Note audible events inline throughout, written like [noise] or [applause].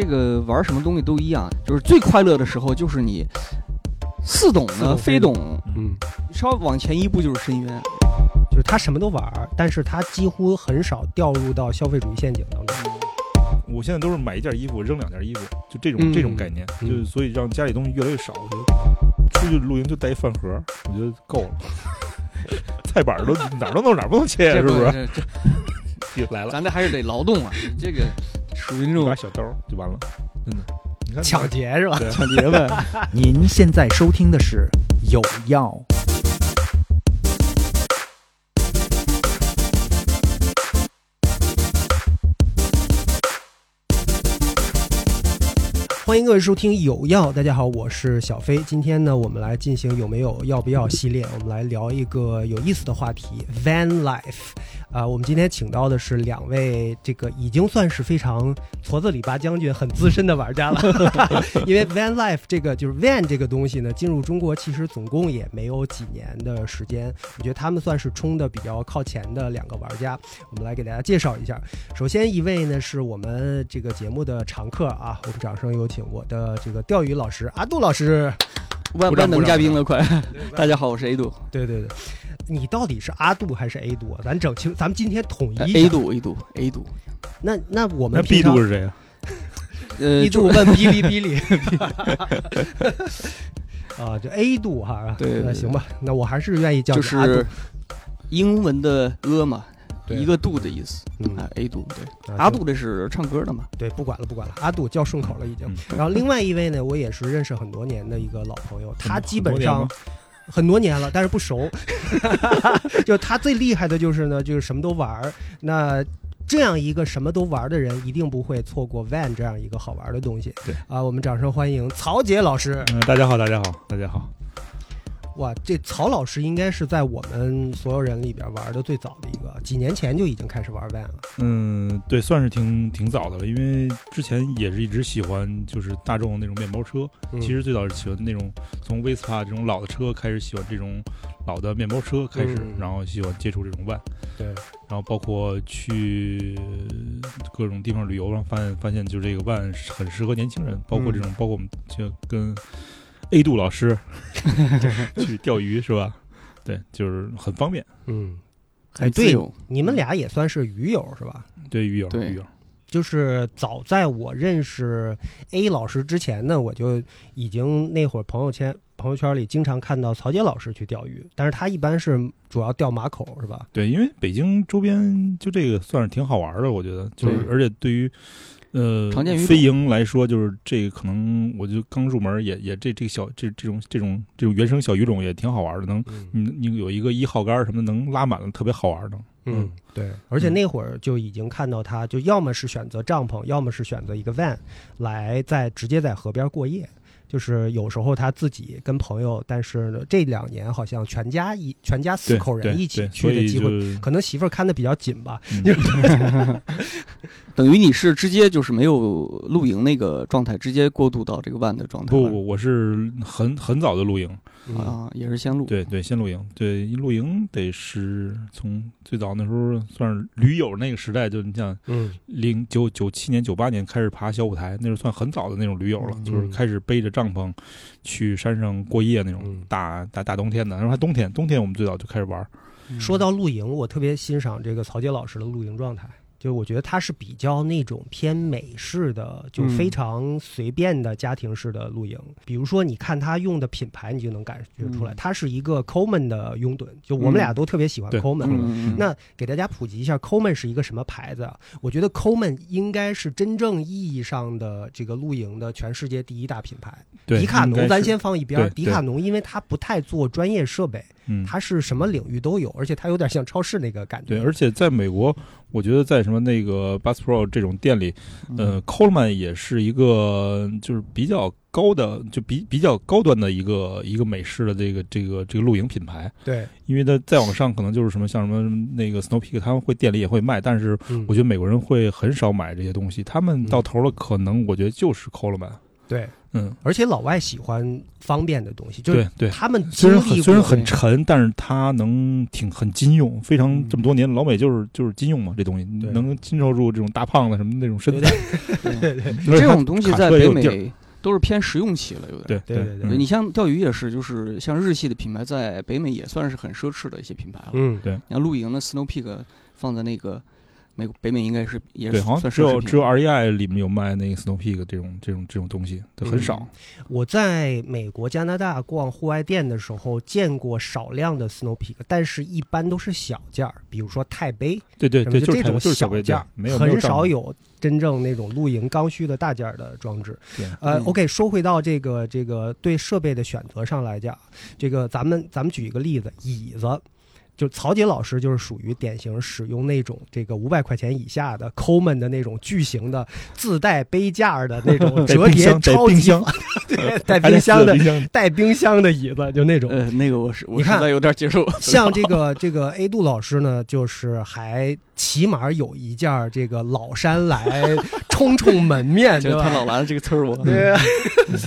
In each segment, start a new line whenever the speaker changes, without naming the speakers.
这个玩什么东西都一样，就是最快乐的时候就是你似懂
似
呢
懂
非
非
懂
懂，嗯，
稍微往前一步就是深渊。
就是他什么都玩儿，但是他几乎很少掉入到消费主义陷阱当中。
我现在都是买一件衣服扔两件衣服，就这种、
嗯
这种概念，
嗯
就是所以让家里东西越来越少。我觉得出去露营就带一饭盒，我觉得够了。菜板儿都哪儿都弄哪儿不能切，是不是？
这这
来了，
咱这还是得劳动啊，这个属于那
一
种
把小刀就完了，真的。你看
抢劫是吧？
抢劫呗。
您现在收听的是《有药》。
欢迎各位收听《有药》，大家好，我是小飞。今天呢，我们来进行“有没有要不要”系列，我们来聊一个有意思的话题 ——van life。啊、我们今天请到的是两位这个已经算是非常矬子里拔将军、很资深的玩家了， [laughs] 因为 van life 这个就是 van 这个东西呢，进入中国其实总共也没有几年的时间。我觉得他们算是冲的比较靠前的两个玩家。我们来给大家介绍一下，首先一位呢是我们这个节目的常客啊，我们掌声有请我的这个钓鱼老师阿杜老师。
万
鼓掌
万能
鼓掌
嘉宾了，快！ [laughs] 大家好，我是 A 度
对对对，你到底是阿杜还是 A 杜啊？咱整清，咱们今天统一一
，A
下。
度 A 度 A 度，
那那我
那
们
B
平
度
常
是谁啊？
呃，
一
就
度问哔哩哔哩。
[laughs]
啊，就 A 度哈，
对对对
那行吧，那我还是愿意叫
就
你阿
是
杜。
英文的呃嘛，
对
一个度的意思
嗯
啊，A 度对。
啊
阿
就
杜这是唱歌的嘛？
对，不管了，不管了，阿杜叫顺口了已经
嗯。
然后另外一位呢，我也是认识很多年的一个老朋友，他
很
基
很
本
多年
上
吗
很多年了，但是不熟。 [laughs] 就他最厉害的就是呢，就是什么都玩儿。那这样一个什么都玩儿的人，一定不会错过 Van 这样一个好玩儿的东西。
对
啊，我们掌声欢迎曹杰老师。
嗯，大家好，大家好，大家好。
哇，这曹老师应该是在我们所有人里边玩儿的最早的一个，几年前就已经开始玩 Van 了。
嗯，对，算是挺挺早的了，因为之前也是一直喜欢就是大众那种面包车，
嗯
其实最早是喜欢那种从 Vespa 这种老的车开始喜欢这种老的面包车开始，
嗯
然后喜欢接触这种 van，
对，
然后包括去呃各种地方旅游，然后发现发现就这个 van 是很适合年轻人，包
嗯
括这种、包括我们就跟 A 杜老师 [laughs] 去钓鱼是吧？对，就是很方便，
嗯，哎
很自
对
由
你们俩也算是鱼友是吧？
对鱼友
对
鱼友，
就是早在我认识 A 老师之前呢，我就已经那会儿朋友圈朋友圈里经常看到曹杰老师去钓鱼，但是他一般是主要钓马口是吧？
对，因为北京周边就这个算是挺好玩的，我觉得，就是
对
而且对于呃
嗯常见鱼种
飞营来说，就是这个可能我就刚入门也，也这这个小这这种这种这种原生小鱼种也挺好玩的，能
嗯
你你有一个一号杆儿什么能拉满了，特别好玩的。
嗯，对，而且那会儿就已经看到他，就要么是选择帐篷，要么是选择一个 van 来在直接在河边过夜。就是有时候他自己跟朋友，但是呢这两年好像全家一全家四
对
口人
对
一起
对
去
所
的
以
机会，
就嗯
可能媳妇儿看的比较紧吧， [laughs]
等于你是直接就是没有露营那个状态，直接过渡到这个万的状态
不
了。
不，我是很很早的露营，
嗯
啊，也是先录。
对对，先露营，对露营得是从最早那时候算是驴友那个时代，就你像
嗯
零九九七年、九八年开始爬小舞台，那是算很早的那种驴友了，
嗯
就是开始背着帐篷去山上过夜那种、
嗯
大大大冬天的。然后还冬天，冬天我们最早就开始玩，
嗯
说到露营，我特别欣赏这个曹杰老师的露营状态，就是我觉得他是比较那种偏美式的，就
嗯
非常随便的家庭式的露营。比如说，你看他用的品牌，你就能感觉出来，
嗯
他是一个 Coleman 的拥趸，就我们俩都特别喜欢
嗯对
Coleman。
嗯，嗯嗯
那给大家普及一下，Coleman 是一个什么牌子啊？我觉得 Coleman 应该是真正意义上的这个露营的全世界第一大品牌。
对，
迪卡
应该
侬
是
咱先放一边儿，
对
迪卡侬因为它不太做专业设备，
嗯，
它是什么领域都有，而且它有点像超市那个感觉。
对，而且在美国，我觉得在什么那个 Bass Pro 这种店里，
嗯
呃，Coleman 也是一个就是比较高的，就比比较高端的一个一个美式的这个这个这个露营品牌。
对，
因为它再往上可能就是什么像什么那个 Snow Peak，他们会店里也会卖，但是
嗯
我觉得美国人会很少买这些东西，他们到头了可能我觉得就是 Coleman，、
对，
嗯，
而且老外喜欢方便的东西，就
对
是
对。
他们
虽
经
然
历
很
过
虽然很沉，但是它能挺很金用，非常这么多年，老美就是就是金用嘛，这东西
嗯对
能经受住这种大胖子什么那种身
对
材。
对
[laughs]
对 [laughs]
而
这
且它
种东西
卡
在
车也
北
有地儿
美都是偏实用级了，有点。
对
对
对对
对
嗯
你像钓鱼也是，就是像日系的品牌，在北美也算是很奢侈的一些品牌了。
嗯
对
你像露营的 Snow Peak 放在那个美国北美应该是也
对，
是
好像
算
只
奢侈
有只
品
有 E，REI 里面有卖那个 Snow Peak 这种这种这种东西，
嗯
对
嗯
很少。
我在美国、加拿大逛户外店的时候，见过少量的 Snow Peak，但是一般都是小件儿，比如说钛杯，
对对
什
对，
么
就
这
是
种
就是小
小
贵
件
件
儿，，
没有没
很
帐
少
篷
有真正那种露营刚需的大件儿的装置。
对
呃
嗯
，OK，说回到这个这个对设备的选择上来讲，这个咱们咱们举一个例子，椅子。就曹杰老师就是属于典型使用那种这个五百块钱以下的抠门的那种巨型的自带杯架儿的那种
[laughs] 带
折
冰
叠
箱带
超
冰
级
箱
对 [laughs] 带
还得
冰箱的
冰箱
带冰箱的椅子，就那种。
呃，那个我是我
你
实
看
在有点接受不了。
像这个这个 A 杜老师呢，就是还起码有一件儿这个老山来冲冲
[laughs]
门面，
这
对
个太老
吧？
了，这个词儿我
对。 [laughs]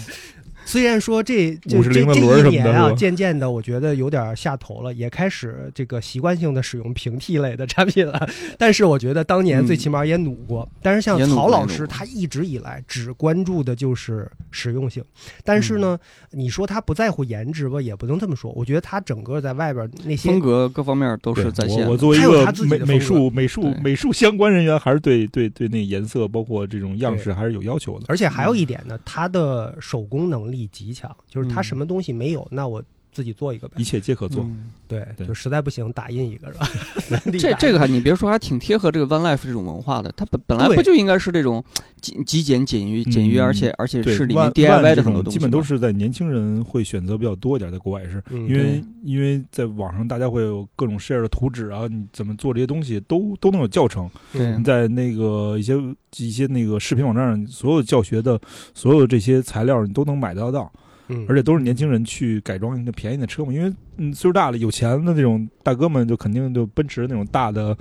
虽然说这这
啊五十
这
铃的
这
轮儿
一
什么的
年
是
啊，
吧
渐渐的我觉得有点下头了，也开始这个习惯性的使用平替类的产
[laughs]
品了。但是我觉得当年
嗯
最起码也努过。但是像
也努过
曹老
也
师，
努过
他一直以来只关注的就是实用性。但是呢，
嗯
你说他不在乎颜值吧，也不能这么说。我觉得他整个在外边那些
风格各方面都
对
是在线
我
的
我作为一
还有
个
他自己
美
的
美
风格
术美术
对
美术相关人员，还是对对对那颜色包括这种样式还是有要求的。
而且还
嗯
有一点呢，他的手工能力极强，就是他
嗯
什么东西没有，那我自己做一个呗
一。切皆可做，
嗯
对，
对
就实在不行打印一个是
[laughs]
吧？3D
这
打
这个还你别说，还挺贴合这个 One Life 这种文化的。它本本来
对
不就应该是这种极极简、简约、简约，
嗯
而且而且
对，
是里面
万
DIY
万
的
这
很多
种
东西吧，
基本都是在年轻人会选择比较多一点，在国外是
嗯
因为因为在网上大家会有各种 share 的图纸啊，你怎么做这些东西都都能有教程。
对
你在那个一些一些那个视频网站上，所有教学的所有这些材料你都能买得到。
嗯，
而且都是年轻人去改装一个便宜的车嘛，因为嗯岁数大了，有钱的那种大哥们就肯定就奔驰那种大的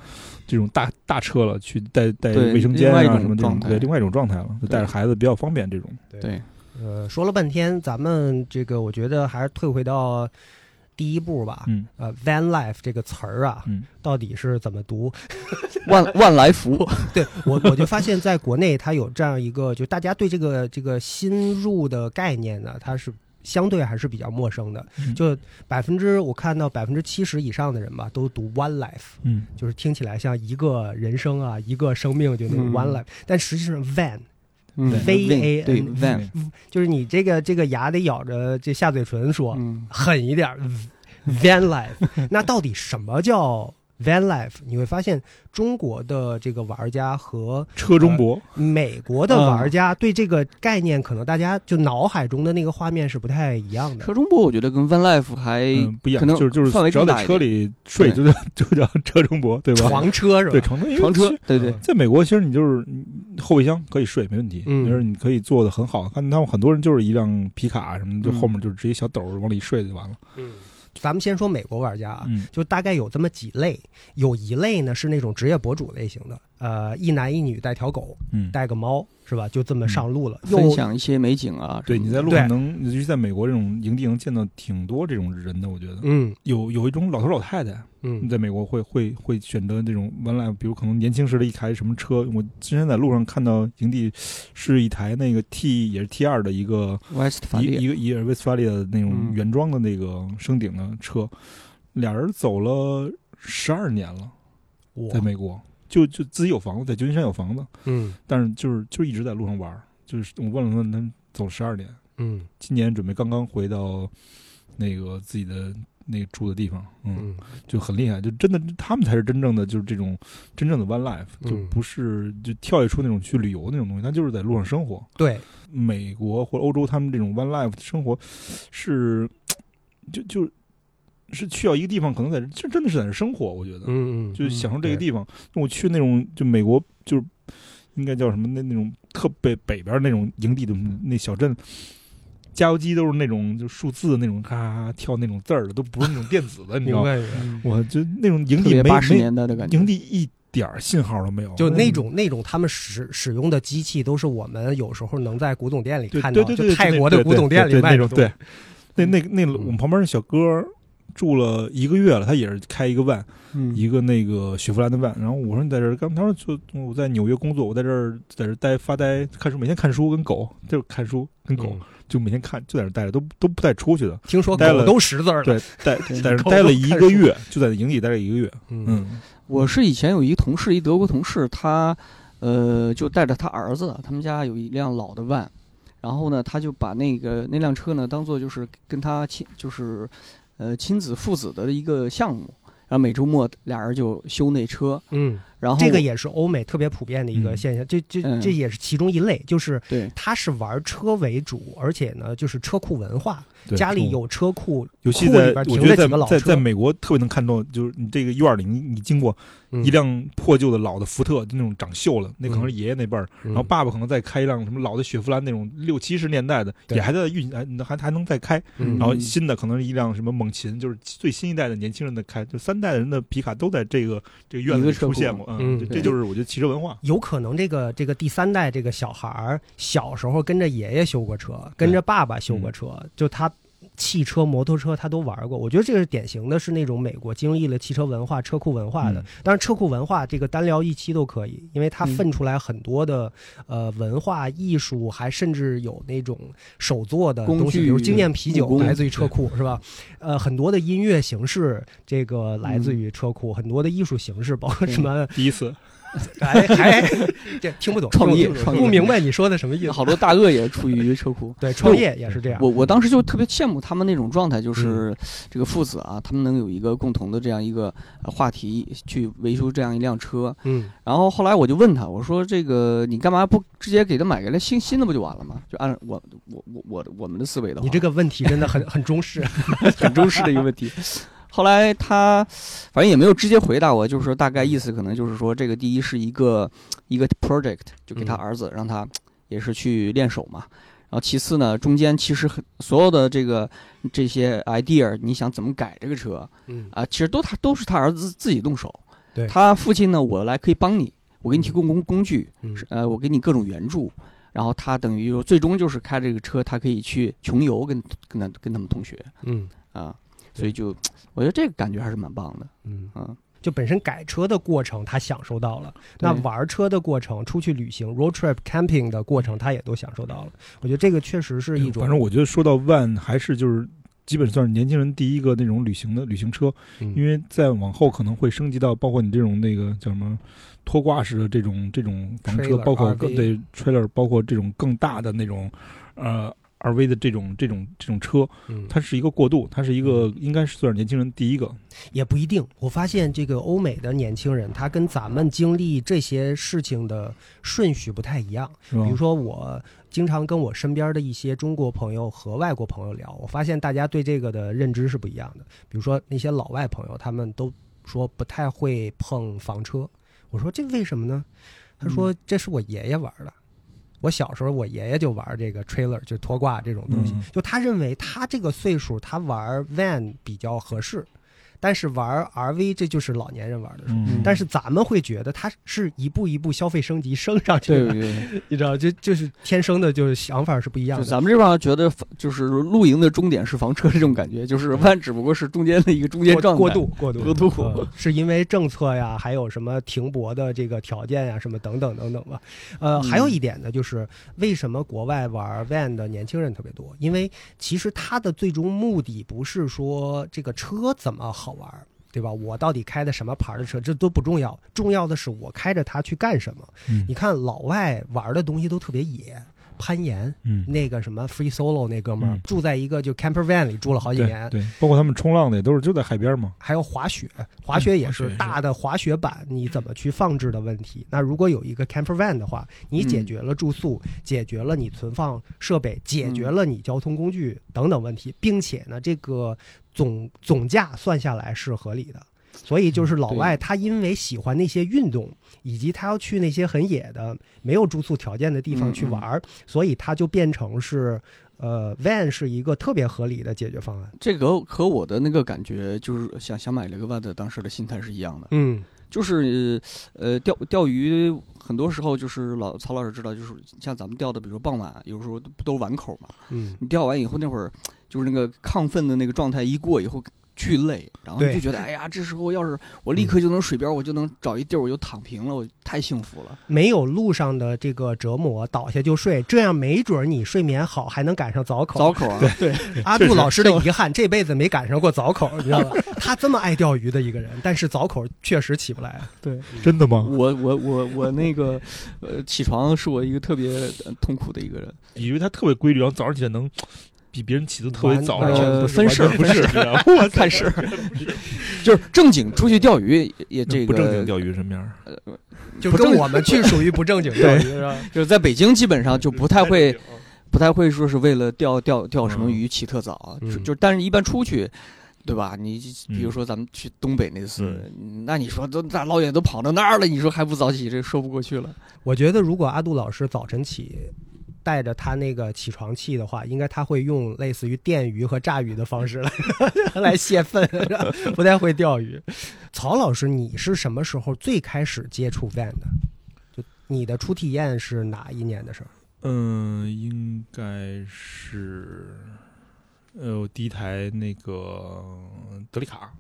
这种大大车了，去带带
对
卫生间
另外一
啊
种
什么这
状
种，
态
对，另外一种状态了，就
对
带着孩子比较方便这种。
对，
呃，说了半天，咱们这个我觉得还是退回到第一步
啊
吧。
嗯
呃，van life 这个词儿啊，
嗯，
到底是怎么读？
万万来福。
[laughs]
对我，我就发现在国内它有这样一个，就大家对这个这个新入的概念呢，它是相对还是比较陌生的。
嗯
就百分之我看到百分之七十以上的人吧，都读 one life，
嗯，
就是听起来像一个人生啊，一个生命就那种
嗯
one life，、但实际上 van
嗯
非 A
对
N
van，
嗯
就是你这个这个牙得咬着这下嘴唇说、
嗯，
狠一点儿
[laughs]
，van life。那到底什么叫 van life？你会发现中国的这个玩家和
车
呃
中博，
美国
嗯
的玩家对这个概念，可能大家就脑海中的那个画面是不太一样
[laughs]
的。
车中博我觉得跟 One Life 还
嗯，不一样
哎可，能
就是就是
范围
只要
更大
在
一
车
点
里睡就叫就叫车中博，对吧？
床车是
对
吧？
床车，因为
床车
其实，
对对
嗯，
在美国，其实你就是嗯后备箱可以睡，没问题，
嗯
就是你可以做的很好。看他们很多人就是一辆皮卡什么的，就
嗯
后面就直接小斗儿往里一睡就完了。
嗯，咱们先说美国玩家啊，
嗯，
就大概有这么几类，有一类呢是那种职业博主类型的，呃，一男一女带条狗，
嗯，
带个猫，是吧？就这么上路了。
分
又
享一些美景啊。
对，
什么
你
的
在路
对
上能，尤其在美国这种营地能见到挺多这种人的。我觉得
嗯
有有一种老头老太太，
嗯
在美国会会会选择这种 one life，比如可能年轻时的一台什么车。我之前在路上看到营地是一台那个 T 也是 T 二的一个
West 法
一
利
一个一个威斯法利亚的那种
嗯
原装的那个升顶的车，俩人走了十二年了，
我
在美国就就自己有房子，在旧金山有房子，
嗯
但是就是就是一直在路上玩儿，就是我问了问他，走了十二年。
嗯
今年准备刚刚回到那个自己的那个住的地方，嗯，
嗯
就很厉害，就真的他们才是真正的就是这种真正的 one life，就
嗯
不是就跳跃出那种去旅游那种东西，他就是在路上生活。
对，
美国或者欧洲他们这种 one life 的生活是就就是去到一个地方，可能在这这真的是在这生活，我觉得，
嗯嗯
就是享受这
对
个地方。那我去那种就美国就是应该叫什么那那种特北北边那种营地的
嗯
那小镇，加油机都是那种就数字的那种咔咔咔跳那种字儿的，都不是那种电子的，你
明
知道吗？
白明白
我就那种营
嗯特
地
别
没
八十
没
年代的感觉
营。地一点儿信号都没有，嗯
就那种那种他们使使用的机器，都是我们有时候能在古董店里
对
看
对
到，
对
就
对，
泰
对
国的
对
古董
对
店里
对
卖
那
的
种，对
东，嗯
那那那我们旁边那小哥住了一个月了，他也是开一个万，
嗯
一个那个雪佛兰的万，然后我说你在这儿干嘛，他说就我在纽约工作，我在这儿在这儿待发呆看书，每天看书跟狗，就是看书跟
西
狗，就每天看就在这儿待着，都都不带出去的，
嗯听说
呆
狗
了
都识字儿了，
对，
[laughs]
待
对
在这儿
狗
待
都
了一
看
个
书
月，就在营地待了一个月，
嗯
嗯，
我是以前有一同事，一德国同事，他呃就带着他儿子，他们家有一辆老的 van，然后呢，他就把那个那辆车呢当做就是跟他亲就是呃亲子父子的一个项目，然后每周末俩人就修那车，
嗯。
然后
这个也是欧美特别普遍的一个
嗯
现象，这这
嗯
这也是其中一类，就是
对
它是玩车为主，而且呢，就是车库文化，
对
家里
就
有车库，
尤其
库
在
里边
我
停着
觉得
几
在
个老
在在
车，
美国特别能看到，就是你这个院儿里，你你经过
嗯
一辆破旧的老的福特，就那种长锈了，那可能是爷爷那辈儿，
然
然后爸爸可能再开一辆什么老的雪佛兰那种六七十年代的，
对
也还在运还还还能再开，
嗯
然后
嗯
新的可能是一辆什么猛禽，就是最新一代的年轻人的开，就三代人的皮卡都在这个这个院
一
子
个
里
车
出现
库
过，嗯，
嗯
这
对
这就是我觉得汽车文化，
有可能这个这个第三代这个小孩儿小时候跟着爷爷修过车，跟着爸爸修过车，
嗯
就他汽车、摩托车他都玩过。我觉得这个是典型的，是那种美国经历了汽车文化、车库文化的。
嗯
当然，车库文化这个单聊一期都可以，因为
嗯
它分出来很多的、呃文化艺术，还甚至有那种手做的
工具
东西，比如经验啤酒
木工
来自于车库，是吧？呃，很多的音乐形式这个来自于车
嗯
库，很多的艺术形式，包括什么。
第一次
还还 [laughs] 这听不懂，
创业
听不懂
创业
不明白你说的什么意思。
好多大鳄也处于车
[laughs]
库。
对，创业也是这样。
我我当时就特别羡慕他们那种状态，
嗯
就是这个父子啊，他们能有一个共同的这样一个呃话题去维修这样一辆车。
嗯
然后后来我就问他，我说这个你干嘛不直接给他买个来新新的不就完了吗？就按我我我我我们的思维的话，
你这个问题真的很很中式。
[laughs] 很中
[laughs]
式的一个问题。后来他反正也没有直接回答我，就是说大概意思可能就是说，这个第一是一个一个 project，就给他
嗯
儿子，让他也是去练手嘛。然后其次呢，中间其实很所有的这个这些 idea，你想怎么改这个车
嗯
啊，其实都他都是他儿子自己动手。
对
他父亲呢，我来可以帮你，我给你提供工工具，
嗯
呃，我给你各种援助。然后他等于说最终就是开这个车，他可以去穷游跟跟他跟他们同学。
嗯
啊，所以就我觉得这个感觉还是蛮棒的，
嗯，
嗯，
就本身改车的过程他享受到了，那
对
玩车的过程、出去旅行 （road trip camping） 的过程他也都享受到了。我觉得这个确实是一种，
哎反正我觉得说到万，还是就是基本算是年轻人第一个那种旅行的旅行车，因
因
为再往后可能会升级到包括你这种那个叫什么拖挂式的这种这种房车，
Trailer，
包括
RV
更对 trailer，包括这种更大的那种呃 RV 的这种这种这种车，
嗯
它是一个过渡，它是一个应该是算是年轻人第一个，
也不一定。我发现这个欧美的年轻人，他跟咱们经历这些事情的顺序不太一样。
是吧
比如？说，我经常跟我身边的一些中国朋友和外国朋友聊，我发现大家对这个的认知是不一样的。比如说那些老外朋友，他们都说不太会碰房车。我说这为什么呢？他
嗯
说这是我爷爷玩的。我小时候，我爷爷就玩这个 trailer，就是拖挂这种东西
嗯。
就他认为他这个岁数，他玩 van 比较合适，但是玩 RV 这就是老年人玩的。
嗯，
但是咱们会觉得它是一步一步消费升级升上去
对
的， [laughs]
对对，
你知道，就就是天生的，就是想法是不一样
就
的。
咱们这帮觉得就是露营的终点是房车这种感觉，就是万只不过是中间的一个中间
过
状态，
过渡，过渡，
过渡 [laughs]
呃是因为政策呀，还有什么停泊的这个条件呀，什么等等等等吧。呃，
嗯
还有一点呢，就是为什么国外玩 van 的年轻人特别多？因为其实他的最终目的不是说这个车怎么好玩儿，对吧？我到底开的什么牌儿的车，这都不重要，重要的是我开着它去干什么。
嗯
你看老外玩的东西都特别野，攀岩，
嗯，
那个什么 Free Solo 那哥们儿、
嗯
住在一个就 camper van 里住了好几
对
年，
对，包括他们冲浪的也都是就在海边嘛，
还有滑雪，滑雪也
嗯滑
是
雪也是嗯
大的滑雪板，你怎么去放置的问题。那如果有一个 camper van 的话，你解决了住宿，
嗯
解决了你存放设备，解决了你交通工具等等问
嗯
题，并且呢，这个总总价算下来是合理的。所以就是老外他因为喜欢那些运动，以及他要去那些很野的、没有住宿条件的地方
嗯
去玩儿，所以他就变成是，呃，van 是一个特别合理的解决方案。
这个和我的那个感觉就是想想买了个万的当时的心态是一样的，
嗯，
就是呃钓钓鱼，很多时候就是老曹老师知道，就是像咱们钓的，比如说傍晚，有时候都都碗口嘛，
嗯，
你钓完以后那会儿就是那个亢奋的那个状态一过以后。巨累，然后你
对
就觉得，哎呀，这时候要是我
嗯
立刻就能水边，我就能找一地儿，我就躺平了，我太幸福了。
没有路上的这个折磨，倒下就睡，这样没准儿你睡眠好，还能赶上早口。
早口啊， [laughs] 对，
阿杜老师的遗憾，这辈子没赶上过早口，你知
[laughs]
道吧？他这么爱钓鱼的一个人，但是早口确实起不来。对，
真的吗？
我我我我那个，呃，起床是我一个特别呃痛苦的一个
[laughs]
人。
以为他特别规律，然后早上起来能比别人起得特别早，
完
然后
呃
就是
分
完全
事儿
不是，你知道吗我操
看
[laughs]
事，就是正经出去钓鱼也 [laughs] 这个
不正经钓鱼什么样儿？
就
不正
跟我们去属于不正经钓鱼是吧？
就是在北京基本上就不太会不太会说是为了钓钓钓什么鱼起特早，
嗯
就就但是一般出去。对吧？你
嗯
比如说咱们去东北那次，那你说都大老远都跑到那儿了，你说还不早起，这说不过去了。
我觉得如果阿杜老师早晨起。带着他那个起床气的话，应该他会用类似于电鱼和炸鱼的方式来 [laughs] 来泄愤， [laughs] 不太会钓鱼。曹老师，你是什么时候最开始接触 van 的？就你的初体验是哪一年的事儿？
嗯，应该是，呃，我第一台那个德利卡，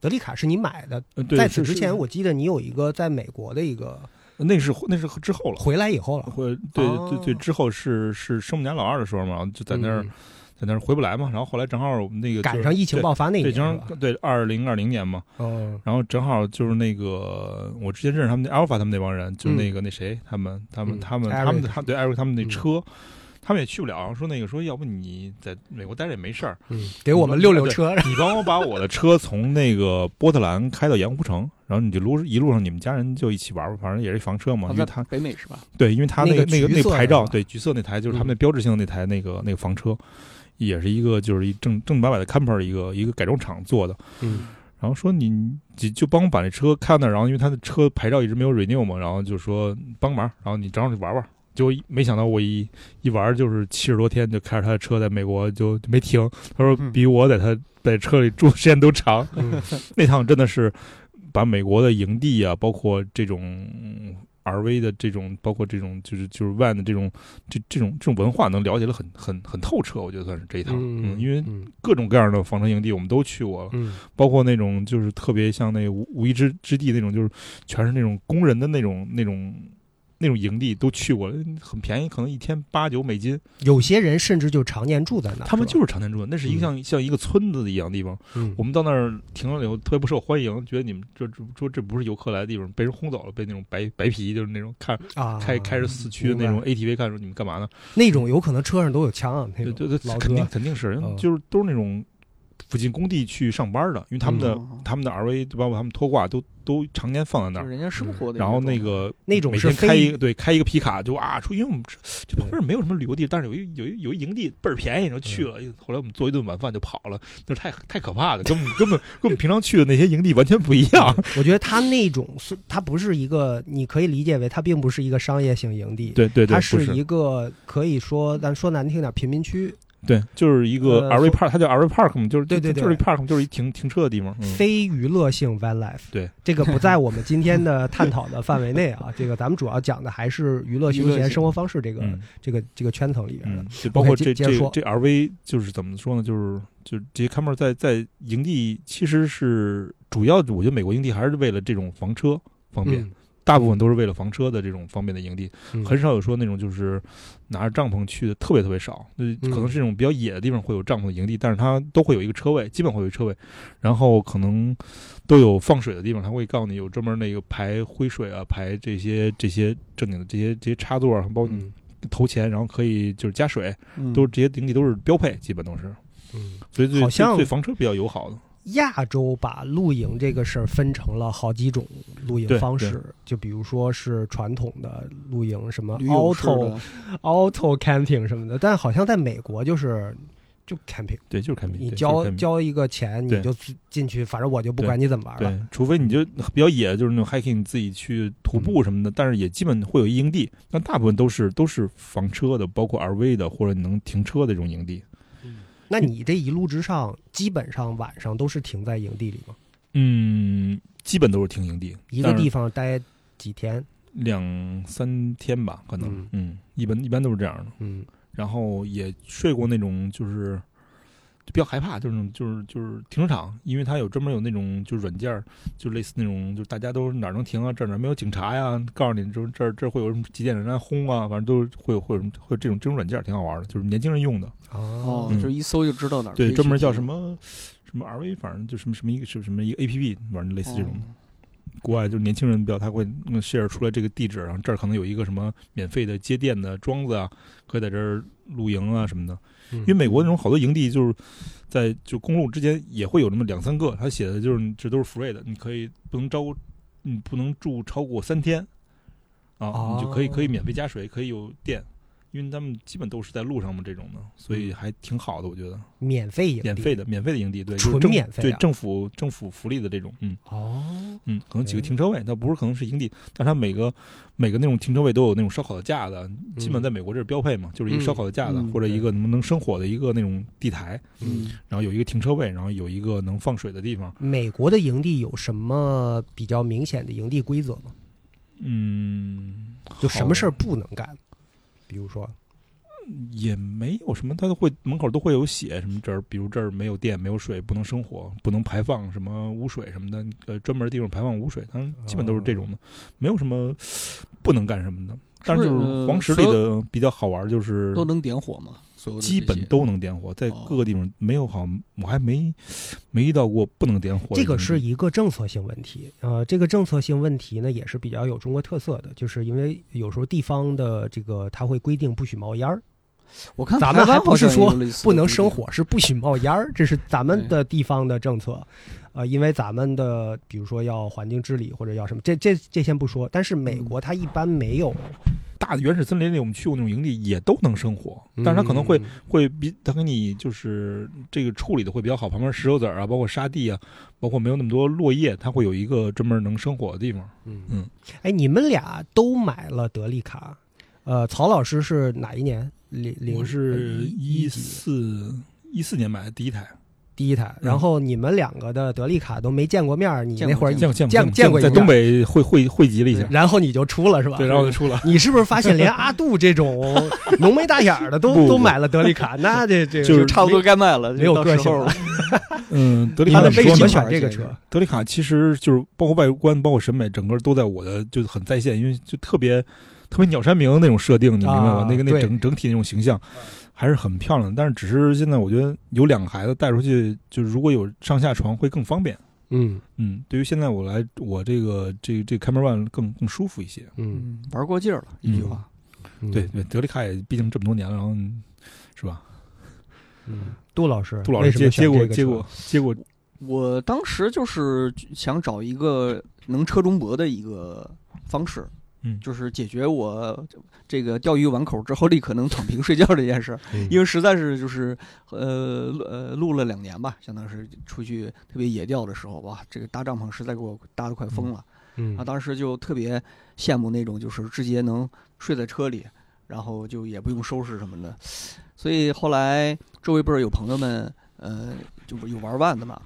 德利卡是你买的，
呃，对，
在此
是
之
是
前，我记得你有一个在美国的一个
那是那是之后了，
回来以后了，
或对对对，
哦
之后是是生我们家老二的时候嘛，然后就在那儿
嗯
在那儿回不来嘛，然后后来正好我们那个就
赶
是
上疫情
对
爆发那一
对，
年
正
是吧，
好对二零二零年嘛，
嗯
然后正好就是那个我之前认识他们那 Alpha 他们那帮人，就是那个那谁他们他们
嗯
他们
Eric
他们他对 Eric 他们那
嗯
车，他们也去不了，然后说那个说要不你在美国待着也没事儿，
嗯，给我们溜溜车，
你帮我把我的车从那个波特兰开到盐湖城，然后你就路一路上你们家人就一起玩吧，反正也是房车嘛，
好
因
啊在
为他
北美是吧？
对，因为他
哦那
个
个
那个
橘
那
色
个牌
的
照，
是吧
对橘色那台就是他们
嗯
那标志性那台那个那个房车，也是一个就是一正正儿八百的 camper 一个一个改装厂做的，
嗯
然后说你你就帮我把那车开到那儿，然后因为他的车牌照一直没有 renew 嘛，然后就说帮忙，然后你正好去玩玩。结果一没想到我一一玩就是七十多天，就开着他的车在美国就就没停。他说
嗯
比我在他在车里住的时间都长。 [laughs]
嗯
那趟真的是把美国的营地啊，包括这种嗯 RV 的这种，包括这种就是就是 van 的这种这这种这种文化，能了解的很很很透彻。我觉得算是这一趟，嗯，因为
嗯
各种各样的房车营地我们都去过了，
嗯
包括那种就是特别像那无无意之之地那种，就是全是那种工人的那种那种那种营地都去过了，很便宜，可能一天八九美金。
有些人甚至就常年住在那儿，
他们
是
就是常年住的，那是一个像、像一个村子一样的地方。
吧嗯
我们到那儿停了以后，特别不受欢迎，觉得你们这这说这不是游客来的地方，被人轰走了，被那种白白皮就是那种看
啊
开开着四驱的那种
明
ATV 看说你们干嘛呢？
那种有可能车上都有枪啊那
对对
种
对，
老
肯定
哥，
肯定是，
嗯
就是都是那种附近工地去上班的，因为他们的、
嗯
他们的 RV 包括他们拖挂都都常年放在那
就是
儿。
人家生活的一种状态。
然后那个
那种
每
是
天
非
开一个对开一个皮卡就啊，出因为我们这这旁边没有什么旅游地，但是有一有一有一营地倍儿便宜，然后去了。
嗯
后来我们做一顿晚饭就跑了，那太太可怕了，跟我们根本跟我们平常去的那些营地完全不一样。
我觉得他那种是，他不是一个，你可以理解为他并不是一个商业性营地，
对对对，
它
不
是
是
一个可以说，咱说难听点，贫民区，
对，就是一个
呃
RV park，它叫 RV park 嘛，就是
对对对
就是一 park 嘛就是一停停车的地方。嗯
非娱乐性 van life，
对
这个不在我们今天的探讨的范围内
[laughs]
啊。这个咱们主要讲的还是娱乐休
娱乐
闲
性
生活方式这个、
嗯
这个这个圈层里边的
嗯，。就包括
OK，接
这
接
这
着说
这 RV 就是怎么说呢？就是就是这些看门在在营地其实是主要，我觉得美国营地还是为了这种房车方便。
嗯
大部分都是为了房车的这种方便的营地，
嗯
很少有说那种就是拿着帐篷去的，特别特别少。那
嗯
可能是这种比较野的地方会有帐篷的营地，但是它都会有一个车位，基本会有一个车位，然后可能都有放水的地方，它会告诉你有专门那个排灰水啊，排这些这些正经的这些这些插座啊，包括你
嗯
投钱，然后可以就是加水，
嗯
都是这些营地都是标配，基本都是。
嗯，
所以对
好像
对对房车比较友好的，
亚洲把露营这个事儿分成了好几种露营
对
方式，就比如说是传统的露营，什么
驴友式
auto
的
auto camping 什么的，但好像在美国就是就 camping，
对，就是开明，
你
对就是
交
开明
交一个钱你
对
就进去，反正我就不管你怎么玩了。
对，除非你就比较野，就是那种 hiking，你自己去徒
嗯
步什么的，但是也基本会有一营地，但大部分都是都是房车的，包括 RV 的或者你能停车的这种营地。
那你这一路之上，基本上晚上都是停在营地里吗？
嗯，基本都是停营地，
一个地
方
方待几天？
两三天吧，可能
嗯
嗯一般一般都是这样的。
嗯
然后也睡过那种就是。就比较害怕，就是那种就是就是停车场，因为它有专门有那种就是软件儿，就类似那种，就是大家都哪儿能停啊，这儿哪儿没有警察呀，告诉你就是这儿这儿会有什么几点人来轰啊，反正都会有会有什么会有这种这种软件儿挺好玩的，就是年轻人用的。
哦
哦，
嗯
就一搜就知道哪儿可以
对，
去
专门叫
听
什么什么 RV，反正就什么什么一个什么什么一个 APP，反正类似这
哦
种。国外就是年轻人比较，他会嗯 share 出来这个地址，然后这儿可能有一个什么免费的接电的桩子啊，可以在这儿露营啊什么的。
因
因为美国那种好多营地就是在就公路之间也会有那么两三个，他写的就是这都是 free 的，你可以不能超过，你不能住超过三天啊，你就可以
哦
可以免费加水，可以有电，因为他们基本都是在路上嘛这种的，所以还挺好的，我觉得。
嗯免费营地
免费的，免费的营地，对，就是
纯
政
免费啊
对政府政府福利的这种，嗯
哦，
嗯，可能几个
哎
停车位，它不是可能是营地，但是它每个每个那种停车位都有那种烧烤的架子，基
嗯
本在美国这是标配嘛，就是一个烧烤的架子
嗯嗯
或者一个能能生火的一个那种地台，
嗯，
然后有一个停车位，然后有一个能放水的地方，
美国的营地有什么比较明显的营地规则吗？
嗯，
就什么事
儿
儿不能干？比如说，
也没有什么，它都会门口都会有写什么这儿，比如这儿没有电、没有水，不能生火，不能排放什么污水什么的，呃，专门的地方排放污水，它基本都是这种的，
嗯
没有什么不能干什么的。但是就是黄石里的比较好玩，就是
都能点火吗？所有的
基
这
本
些
都能点火，在
哦
各个地方没有好，我还没没遇到过不能点火的
这
地方。
个是一个政策性问题。呃，这个政策性问题呢，也是比较有中国特色的，就是因为有时候地方的这个它会规定不许冒烟儿，
我看
咱们
台湾
还不
好
是
像也
说
有类似的
不能
规定
生，火，是不许冒烟儿，这是咱们的地方的政策。呃，因为咱们的比如说要环境治理或者要什么，这这这先不说。但是美国它一般没有，
大的原始森林里，我们去过那种营地也都能生火，但是它可能会会比它给你就是这个处理的会比较好，旁边石头子儿啊，包括沙地啊，包括没有那么多落叶，它会有一个专门能生火的地方。
嗯
嗯
哎，你们俩都买了德利卡，呃，曹老师是哪一年？零零呃
我是
一
一
几
四一四年买的第一台，
第一台，然后你们两个的德利卡都没见过面儿，你
见
那
过
会儿
见
嗯见过嗯见
见见过
过
一
在
面
东北汇汇汇集了一下，
然后你就出了是吧？
对，然后我就出了。
[laughs] 你是不是发现连阿杜这种
[laughs]
浓眉大眼儿的
不
都
不
都买了德利卡？那这这
就是
差不多该卖了，
没有
到时
个性
候
了
了。
嗯，德利
他
卡
们
怎
为
说
什
呢
么选这个车？
德利卡其实就是包括外观，包括审美，整个都在我的就很在线，因为就特别特别鸟山明那种设定，你明白吗？
啊
那个那
对
整整体那种形象还是很漂亮，但是只是现在我觉得有两个孩子带出去，就是如果有上下床会更方便。
嗯
嗯，对于现在我来，我这个这这开门 One 更更舒服一些。
嗯，
嗯玩过劲儿了，一句
嗯
话。
对，对，德利卡也毕竟这么多年了，然后是吧？
嗯，杜老师，
杜老
为
师
什
接
么选
接过
这个
接
车
过接过，
我当时就是想找一个能车中泊的一个方式，
嗯
就是解决我这个钓鱼完口之后立刻能躺平睡觉这件事儿，
嗯
因为实在是就是呃呃录了两年吧，相当是出去特别野钓的时候哇，这个搭帐篷实在给我搭得快疯了，
嗯
啊，当时就特别羡慕那种就是直接能睡在车里，然后就也不用收拾什么的。所以后来周围不是有朋友们，呃，就有玩腕的嘛，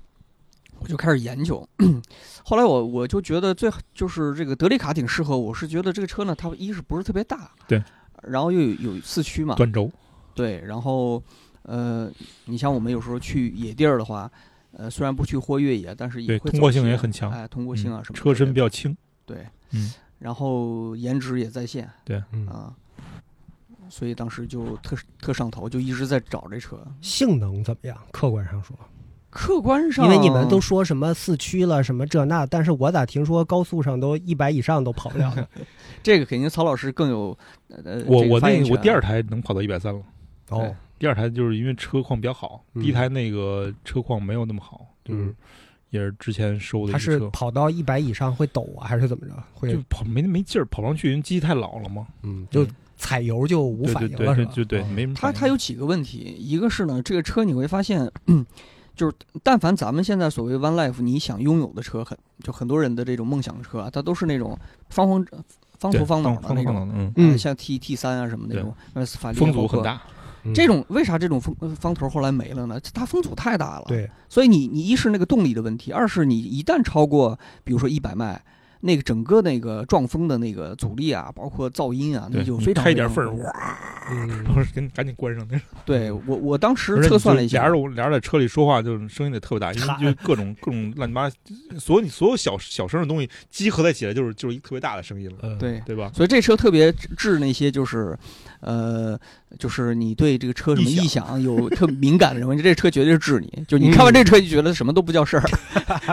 我就开始研究。 [clears throat] 后来我我就觉得最就是这个德利卡挺适合我，是觉得这个车呢，它一是不是特别大，
对，
然后又有有四驱嘛，
短轴，
对，然后呃，你像我们有时候去野地儿的话。呃，虽然不去或越野，但是也
对
会
通
走
过性
些
也很强嗯
哎，通过性啊什么之类的、
车身比较轻，
对，
嗯，
然后颜值也在线
嗯
啊，所以当时就特特上头，就一直在找这车。
性能怎么样？客观上说，
客观上，
因为你们都说什么四驱了什么这那，但是我咋听说高速上都一百以上都跑不 [laughs] 了呢？
这个肯定曹老师更有呃，
我
这个
我
发
那
言
个我
权
第二台能跑到一百三了。
哦，
第二台就是因为车况比较好，
嗯
第一台那个车况没有那么好，就是
嗯
也是之前收的
它
一
是
车，
跑到一百以上会抖啊，还是怎么着？会
就跑没没劲儿，跑不上去，因为机器太老了嘛，
嗯，就踩油就无
对
反
对
应了，是吧？
对，
啊哦
就对，没什么
它
反应
它有几个问题，一个是呢，这个车你会发现， [clears throat] 就是但凡咱们现在所谓 One Life 你想拥有的车，很就很多人的这种梦想车啊，它都是那种方方方
对
头方脑
方
的那
方
种，
脑的，嗯，
呃
嗯
像 T T 三啊什么那种，那斯法力
风
包
阻很
括
大， [laughs]
嗯
这种为啥这种风呃方头后来没了呢？它风阻太大了。，
对，
所以你你一是那个动力的问题，二是你一旦超过，比如说一百迈，那个整个那个撞风的那个阻力啊，包括噪音啊，那
对
就
你
非常
开一点
非
缝
常
儿，
恐怖。
哇！
[laughs]
然
嗯，
后赶紧赶紧关上那种。
对我我当时
而
测
且你
算
就
了一下
俩，人俩人在车里说话，就是声音得特别大，因为
喊
因为各种各种乱七八，所有你所有小小声的东西集合在起来，就是就是一个特别大的声音了，
呃，
对。
对吧？
所以这车特别治那些就是，呃，就是你对这个车什么
异响
异响有特敏感的人，这车绝对是治你。就你
嗯
看完这车就觉得什么都不叫
[laughs]
事儿，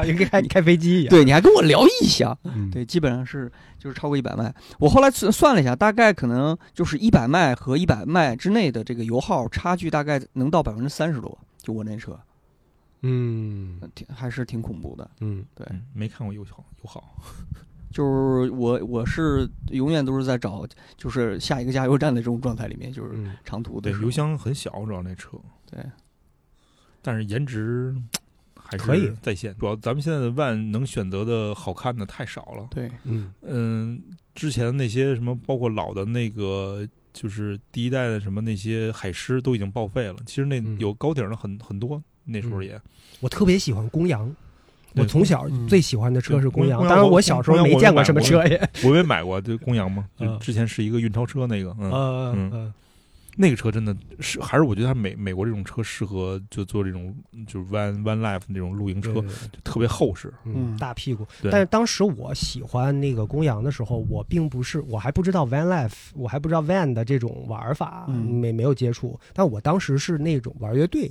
跟开开飞机一样。
对，你还跟我聊异响，
嗯，
对，基本上是就是超过一百迈。我后来算算了一下，大概可能就是一百迈和一百迈之内的这个油耗差距，大概能到百分之三十多。就我那车，呃
嗯
挺还是挺恐怖的。
嗯
嗯没看过友好友好，
就是我我是永远都是在找就是下一个加油站的这种状态里面，就是
嗯，
长途的
对
时，候
油箱很小，主要那车，
对，
但是颜值还是
可以
在线。主要咱们现在的万能选择的好看的太少了。
对
嗯
嗯，之前那些什么，包括老的那个，就是第一代的什么那些海狮都已经报废了。其实那
嗯
有高顶的很很多，那时候也。
我特别喜欢公羊，我
对
从小
嗯
最喜欢的车是公
公
羊，
羊
当然
我
小时候
公
没
羊我
见过
买
什么
过
车也。
我也买过，就公羊嘛，就
嗯
之前是一个运钞车那个，嗯，
呃
嗯
呃
那个车真的是，还是我觉得它美美国这种车适合就做这种就是 van van life 那种露营车，
对对
就特别厚实。
嗯，
嗯
大屁股。
对嗯
但是当时我喜欢那个公羊的时候，我并不是，我还不知道 van life，我还不知道 van 的这种玩法，
嗯
没没有接触。但我当时是那种玩乐队，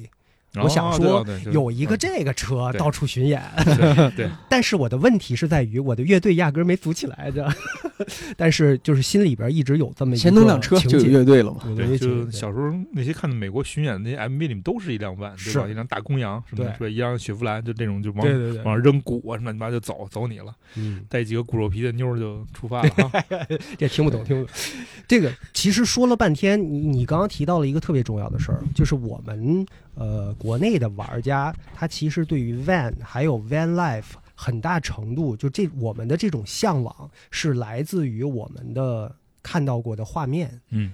我想
哦
说，
对啊对
有一个这个车
对
到处巡演。
[laughs] 对对，
[laughs] 但是我的问题是在于我的乐队压根儿没组起来的， [laughs] 但是就是心里边一直有这么一个
前头辆车
情
就有
节。
乐队了嘛。
有一
对，
个
就
情节
小时候那些看的美国巡演的那些 MV 里面都是一辆万，对吧？
是
一辆大公羊什么的，对，一辆雪佛兰，就这种就往
对对对，
往上扔鼓啊什么乱七八就走走你了，
嗯，
带几个骨肉皮的妞儿就出发了啊。
[laughs] 这听不懂，听不懂。这个其实说了半天，你你刚刚提到了一个特别重要的事儿，就是我们呃国内的玩家，他其实对于 van 还有 van life 很大程度就这我们的这种向往是来自于我们的看到过的画面。
嗯，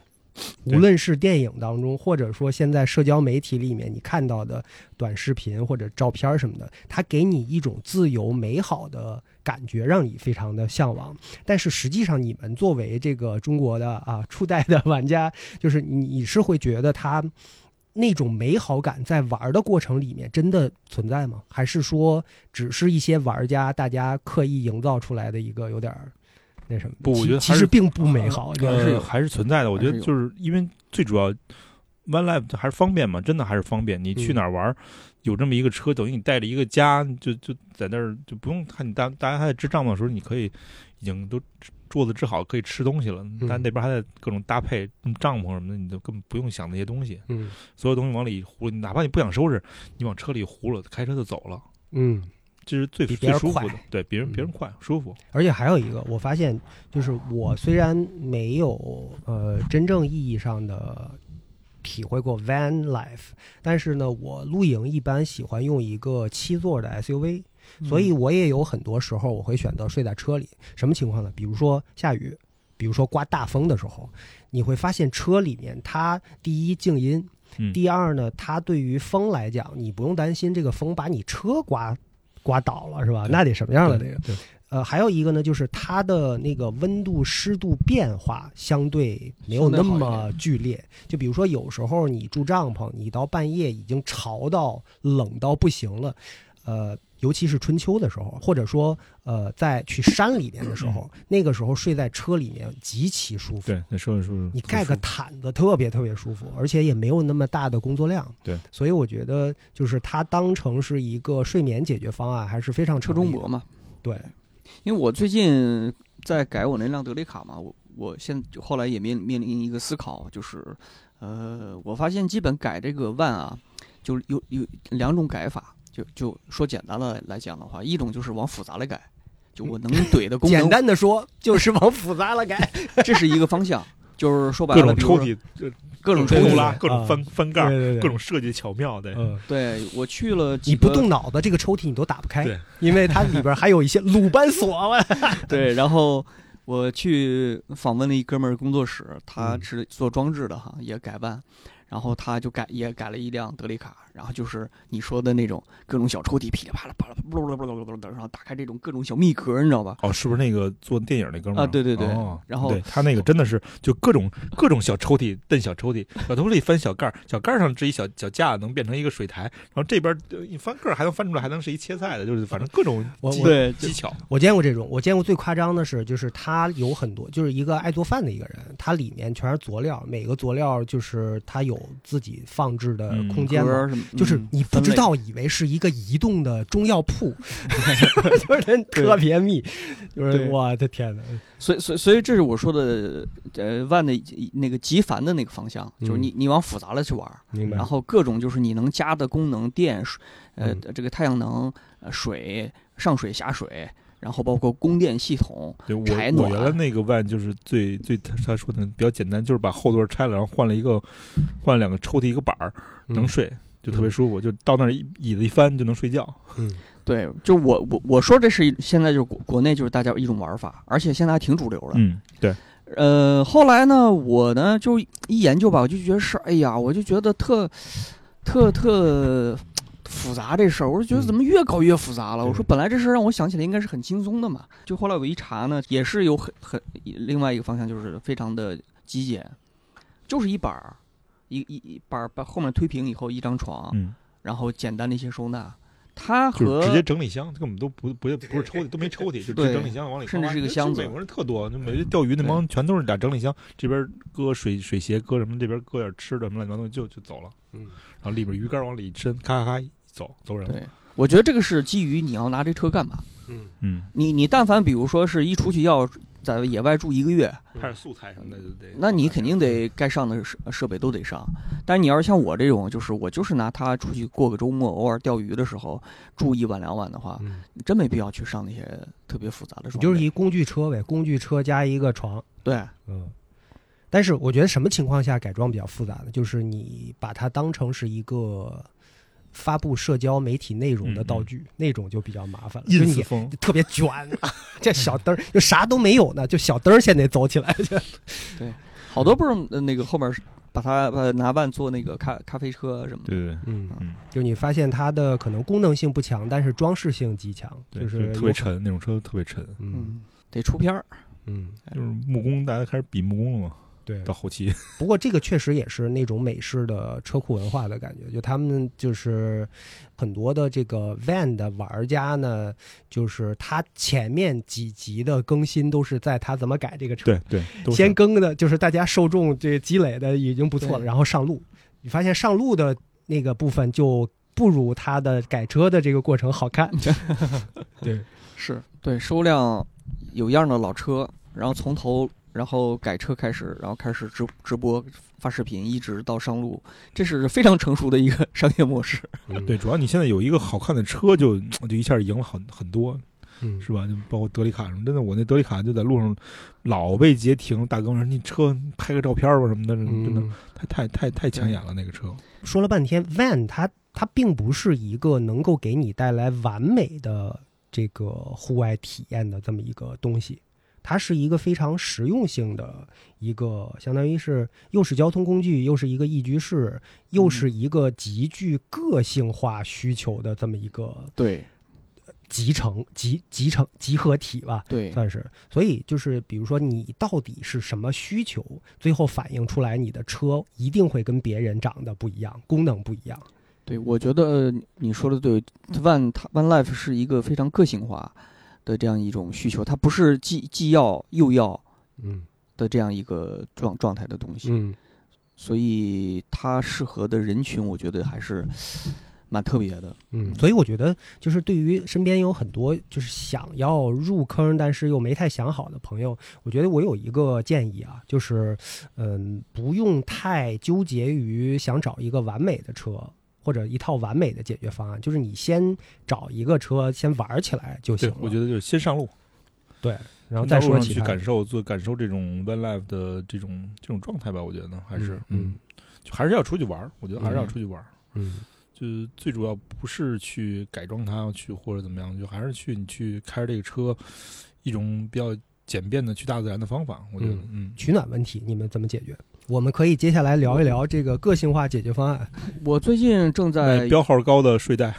对
无论是电影当中，或者说现在社交媒体里面你看到的短视频或者照片儿什么的，它给你一种自由美好的感觉，让你非常的向往。但是实际上，你们作为这个中国的啊初代的玩家，就是你你是会觉得它那种美好感在玩的过程里面真的存在吗？还是说只是一些玩家大家刻意营造出来的一个有点儿那什么？
不我
其
觉得
其
还
实
是
并不美好，
还是有
呃还是存在的。我
还
觉得
是有
就是因为最主要，One Life 还是方便嘛，真的还是方便。你去
嗯
哪儿玩儿，有这么一个车，等于你带着一个家，就就在那儿就不用看你大大家还在支帐篷的时候，你可以已经都桌子支好，可以吃东西了。
嗯
但那边还在各种搭配嗯帐篷什么的，你就根本不用想那些东西，
嗯
所有东西往里糊，哪怕你不想收拾，你往车里糊了，开车就走了。
嗯。
这是最
比
最
别人
舒
快
服的，对别人别人
嗯
快舒服，
而且还有一个，我发现就是我虽然没有呃真正意义上的体会过 van life，但是呢，我露营一般喜欢用一个七座的 SUV，所
嗯
以我也有很多时候我会选择睡在车里。什么情况呢？比如说下雨，比如说刮大风的时候，你会发现车里面它第一静音，
嗯
第二呢，它对于风来讲，你不用担心这个风把你车刮刮倒了，是吧？
对
那得什么样了？这
对
个。
对
呃，还有一个呢，就是它的那个温度、湿度变化相对没有那
相对好
么剧烈。就比如说，有时候你住帐篷，你到半夜已经潮到冷到不行了，呃，尤其是春秋的时候，或者说呃，在去山里面的时
[clears throat]
候，那个时候睡在车里面极其舒服。
对，那收拾收拾，
你盖个毯子特别特别舒服，而且也没有那么大的工作量。
对，
所以我觉得就是它当成是一个睡眠解决方案，还是非常
车
成
中
立的
国嘛，
对，
因为我最近在改我那辆德雷卡嘛，我我现就后来也面面临一个思考，就是呃，我发现基本改这个万啊，就有有两种改法，就就说简单了来讲的话，一种就是往复杂了改，就我能怼的功能，
简单的说，就是往复杂了改。
这是一个方向。就是说白
各
了，
种
比如
抽
说
屉，呃
各种抽
对对
抽
屉
对
拉，各
啊
种翻翻盖儿，
对对对
各种设计巧妙的。
嗯，
对我去了几
你不
个，
动脑子，这个抽屉你都打不开
对，
[laughs] 因为它里边还有一些鲁班锁了。
对，然后我去访问了一哥们儿工作室，他
嗯
是做装置的哈，也改办。然后他就改也改了一辆德利卡，然后就是你说的那种各种小抽屉噼里啪啦啪啦啪啦啪啦啪啦，然后打开这种各种小密壳，你知道吧？
哦，是不是那个做电影那哥们儿
啊对对对
哦
然后
对他那个真的是就各种各种小抽屉，蹬小抽屉，小抽屉翻小盖儿，小盖儿上支一小小架，能变成一个水台，然后这边呃一翻个儿还能翻出来，还能是一切菜的，就是反正各种
我
技
我
对，
技巧。
我见过这种，我见过最夸张的是，就是他有很多，就是一个爱做饭的一个人，他里面全是佐料，每个佐料就是他有自己放置的
嗯
空间
格
嘛
儿什么，
就是
嗯
你不知，道，以为是一个移动的中药铺， [laughs] 就是特别密，就是
对
我的天哪！嗯
分类所以所以所以这是我说的，呃，万的那个极繁的那个方向，就是你你往复杂了去玩儿，
明白
然后各种就是你能加的功能，电、水呃，
嗯
这个太阳能、呃水、上水、下水，然后包括供电系统，
对我
柴
我
暖
原来那个万就是最最他他说的比较简单，就是把后座拆了，然后换了一个换了两个抽屉一个板儿，
嗯
能睡。就特别舒服，就到那儿一椅子一翻就能睡觉。
嗯，
对，就我我我说这是一现在就是国国内就是大家一种玩法，而且现在还挺主流的。
嗯，对，
呃，后来呢，我呢就一研究吧，我就觉得是，哎呀，我就觉得特特特复杂这事儿，我就觉得
嗯
怎么越搞越复杂了。
对
我说本来这事儿让我想起来应该是很轻松的嘛，就后来我一查呢，也是有很很另外一个方向，就是非常的极简，就是一板儿。一一一板儿把后面推平以后，一张床，
嗯，
然后简单的一些收纳，它
就
和
是直接整理箱，根本都不不不是抽屉，都没抽屉，就直接
对
整理箱往里。啊
甚至是一个箱子
美国人特多，那美钓鱼那帮全都是俩整理箱，这边搁水水鞋，搁什么，这边搁点吃的什么乱七八糟东西就就走了。
嗯，
然后里边鱼竿往里一伸，咔咔咔一走走人了。
对，我觉得这个是基于你要拿这车干嘛。
嗯，
嗯，
你你但凡比如说是一出去要在野外住一个月，
嗯
拍点素材什么的就得。
那你肯定得该上的设设备都得上。但是你要是像我这种，就是我就是拿它出去过个周末，偶尔钓鱼的时候住一晚两晚的话，
嗯
你真没必要去上那些特别复杂的装备。
你就是一工具车呗，工具车加一个床，
对
嗯，但是我觉得什么情况下改装比较复杂呢？就是你把它当成是一个发布社交媒体内容的
嗯
道具，那种就比较麻烦了。就
印
你
死风，
特别卷，啊 [laughs] 这小灯儿就啥都没有呢，就小灯儿先得走起来。就
好多不是呃那个后面是把它把拿万做那个咖咖啡车什么的。
对对
嗯
嗯，
就你发现它的可能功能性不强，但是装饰性极强，
对，
就
就是特别
有
沉，那种车特别沉，
嗯
嗯，得出片儿。
嗯，
哎
就是木工，大家开始比木工了嘛。
对。
到后期，
不过这个确实也是那种美式的车库文化的感觉，就他们就是很多的这个 van 的玩家呢，就是他前面几集的更新都是在他怎么改这个车，
对对，都是
先更的就是大家受众这积累的已经不错了，
对
然后上路，你发现上路的那个部分就不如他的改车的这个过程好看。对，
是对收辆有样儿的老车，然后从头，然后改车开始，然后开始直直播发视频，一直到上路，这是非常成熟的一个 [laughs] 商业模式。
[laughs] 对，，主要你现在有一个好看的车就，就一下赢了很很多，
嗯，
是吧？就包括德里卡什么，真的，我那德里卡就在路上老被截停，大哥们说你车拍个照片吧什么的，真的
嗯
太太太太抢眼了那个车。
说了半天，van 它它并不是一个能够给你带来完美的这个户外体验的这么一个东西，它是一个非常实用性的一个，相当于是又是交通工具，又是一个一居室，又是一个极具个性化需求的这么一个
对
集成集集成集合体吧。
[laughs] 对
算是。所以就是，比如说你到底是什么需求，最后反映出来，你的车一定会跟别人长得不一样，功能不一样。
对，我觉得呃你说的对，One 它 One Life 是一个非常个性化的这样一种需求，它不是既既要又要
嗯
的这样一个状状态的东西，
嗯
所以它适合的人群，我觉得还是蛮特别的。
嗯。所以我觉得，就是对于身边有很多就是想要入坑，但是又没太想好的朋友，我觉得我有一个建议啊，就是，嗯，不用太纠结于想找一个完美的车。或者一套完美的解决方案，就是你先找一个车，先玩起来就行
对
了，。
我觉得就是先上路，
对，然后
在
再
路
说
上
其
去
他的
感受，做感受这种 van life 的这种这种状态吧。我觉得还是，
嗯
就还是要出去玩儿。我觉得还是要出去玩儿。
嗯
就是最主要不是去改装它，去或者怎么样，就还是去你去开着这个车，一种比较简便的去大自然的方法。我觉得，
嗯
嗯，
取暖问题你们怎么解决？我们可以接下来聊一聊这个个性化解决方案，
我最近正在
买标号高的睡袋，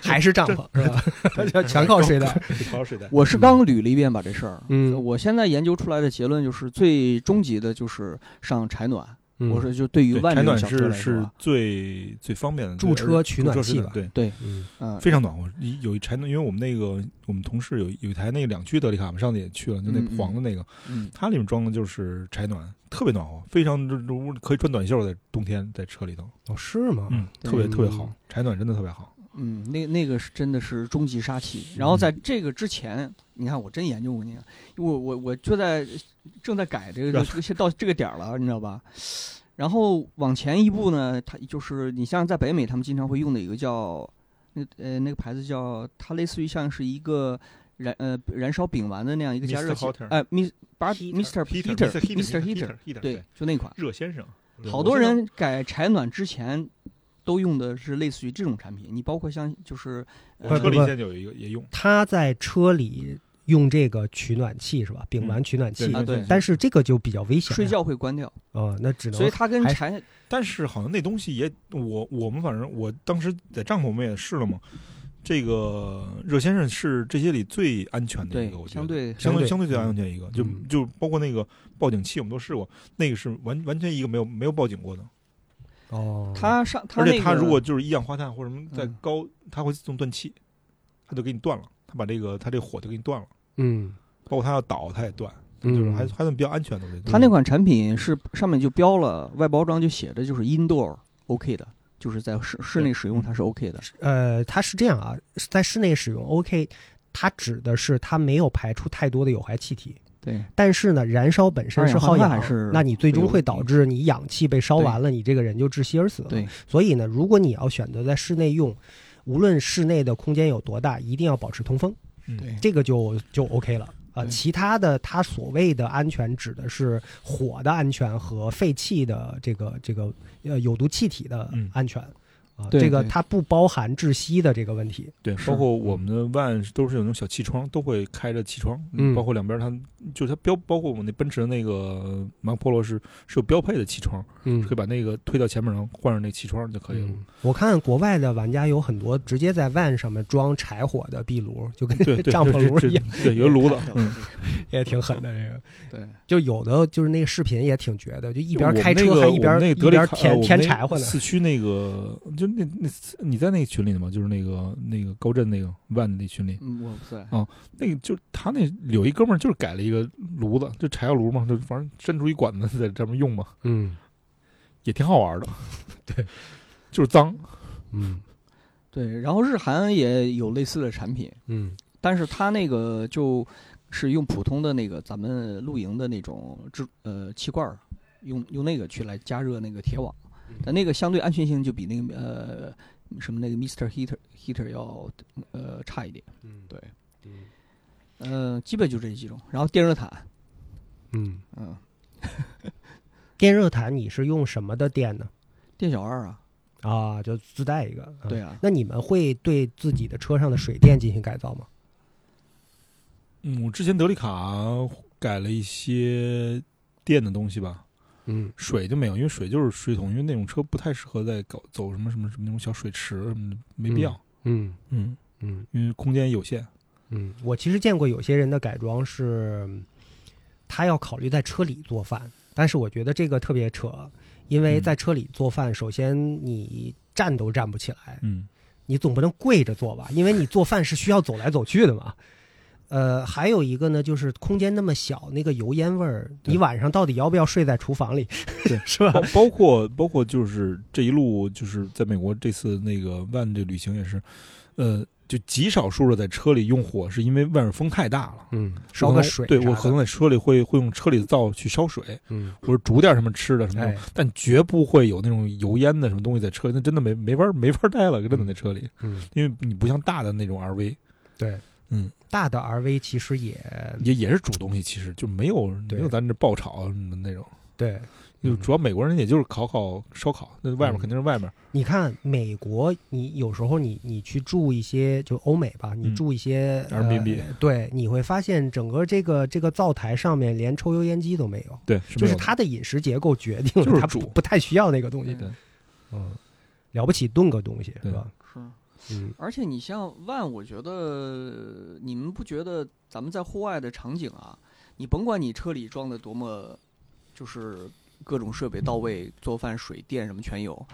还是帐篷是吧？全靠睡
[laughs]
袋。
高睡袋。
我是刚捋了一遍吧这事儿。呃
嗯，
啊我现在研究出来的结论就是，最终极的就是上柴暖。
嗯
我说就对于
对
万
柴
这种
暖
小车
是
来说
是
啊，
最最方便的
驻
对
车
而
取
驻
暖
车
器
是
吧
对，
嗯
嗯，
非常暖和。一有一柴暖，因为我们那个我们同事有有一台那个两驱德利卡嘛，上次也去了，就那
嗯嗯
黄的那个，
嗯，
它里面装的就是柴暖，特别暖和，非常这这屋可以穿短袖在冬天在车里头，
哦，是吗？
嗯，特别
嗯
特别好，柴暖真的特别好。
嗯，那那个是真的是终极杀器。然后在这个之前，你看我真研究过那个，我我我就在正在改这 [laughs] 个，
然
这个到这个点儿了，你知道吧？然后往前一步呢，它就是你像在北美，他们经常会用的一个叫那呃那个牌子叫，它类似于像是一个燃呃燃烧丙烷的那样一个加
Mr.
热器
Hotter，
哎，Mr. Bar
Heater
Mr.
Heater，
Mr. Heater，
Heater，
对，就那款。
热先生，
好多人改柴暖之前都用的是类似于这种产品，你包括像就是
我
不
呃
车里
不
现在有一个也用，
他在车里用这个取暖器是吧？丙烷取暖器，
啊嗯对
但是这个就比较危险。
睡觉会关掉，
啊、那只能
所以它跟
还
柴
但是好像那东西也，我我们反正我当时在帐篷我们也试了嘛，这个热先生是这些里最安全的一
对
个，我觉
相
得。
对
相对
相
相
对
对最安全一个，就
嗯
就包括那个报警器，我们都试过，那个是完完全一个没有没有报警过的，
哦，
它上它
而且
那
它
个
如果就是一氧化碳或者什么再
嗯
高，它会自动断气，它就给你断了，它把这个它这火就给你断了，
嗯
包括它要倒它也断，
嗯，
就是还还算比较安全的。我觉得
它那款产品是上面就标了，外包装就写着就是 indoor OK 的，就是在室室内使用它是 OK 的，
呃，它是这样啊，在室内使用 OK，它指的是它没有排出太多的有害气体，
对
但是呢，燃烧本身
二
是
氧化
耗
碳
氧，
还是
那你最终
会有
会导致你氧气被烧
对
完了，你这个人就窒息而死了。
对，
所以呢，如果你要选择在室内用，无论室内的空间有多大，一定要保持通风，
嗯
对
这个就就 OK 了。啊，
对
其他的，它所谓的安全指的是火的安全和废气的这个这个呃有毒气体的
嗯
安全，啊，
对
这个
对
它不包含窒息的这个问题。
对，
是
包括我们的 van 都是有那种小气窗，都会开着气窗，
嗯
包括两边它就是它标，包括我们那奔驰的那个马可波罗是是有标配的气窗，
嗯
可以把那个推到前面，然后换上那气窗就可以了。
嗯我看国外的玩家有很多直接在 van 上面装柴火的壁炉，就跟 [laughs]
对对，
帐篷炉
这
一样，
这对，有炉子，嗯，
也挺狠的。这个
对
就有的就是那个视频也挺绝的，就 [laughs] 一
一
边开车还一边
那
一
个德里
边
卡
添添
呃我们那
柴火呢。
四驱那个就那那你在那个群里的吗？就是那个那个高震那个 van 的那群里，
嗯我
[laughs]
不在，
那个就他那有一哥们儿就是改了一个炉子，就柴火炉嘛，就反正伸出一管子在这么用嘛，
嗯
也挺好玩 [laughs] 的。对，就是脏。
嗯
对，然后日韩也有类似的产品，
嗯
但是它那个就是用普通的那个咱们露营的那种制呃气罐儿，用用那个去来加热那个铁网，
嗯
但那个相对安全性就比那个呃什么那个 Mr. Heater Heater 要呃差一点。
嗯
对
嗯
呃，基本就这几种，然后电热毯，
嗯，
嗯，
电热毯你是用什么的电呢？
电小二啊，
啊，就自带一个。啊
对，啊，
那你们会对自己的车上的水电进行改造吗？
嗯，我之前德利卡改了一些电的东西吧，
嗯
水就没有，因为水就是水桶，因为那种车不太适合在搞走什么什么什么那种小水池什么的，没必要。
嗯
嗯，
嗯。
因为空间有限。
嗯，我其实见过有些人的改装是，嗯他要考虑在车里做饭，但是我觉得这个特别扯，因为
嗯
在车里做饭，首先你站都站不起来，
嗯，
你总不能跪着做吧？因为你做饭是需要走来走去的嘛。呃，还有一个呢，就是空间那么小，那个油烟味儿，
对
你晚上到底要不要睡在厨房里？
对
[laughs] 是吧
包？ [laughs] 包括包括就是这一路就是在美国这次那个万这旅行也是，呃，就极少数的在车里用火，是因为外面风太大了。
嗯，
我
烧
可
个
能
水啥
对
的，
我可能在车里会会用车里的灶去烧水，
嗯，
或者煮点什么吃的什么的
哎，
但绝不会有那种油烟的什么东西在车里，那真的没没法没法待了，真的在车里，
嗯，
因为你不像大的那种 RV，
对，
嗯，
大的 RV 其实也
也也是煮东西，其实就没有
嗯对
没有咱这爆炒什么的那种，
对，
就主要美国人也就是烤烤烧烤，那外面
嗯
肯定是外面，
你看美国，你有时候你你去住一些就欧美吧，你
嗯
住一些、呃
Airbnb
对，你会发现整个这个这个灶台上面连抽油烟机都没有，
对，是
就
没
是
有的
它的饮食结构决定了
就是
它不
煮
不太需要那个东西
对，
嗯，了不起炖个东西是
对
吧？
是。
嗯，
而且你像万，我觉得你们不觉得咱们在户外的场景啊，你甭管你车里装的多么，就是各种设备到位，做饭、水电什么全有，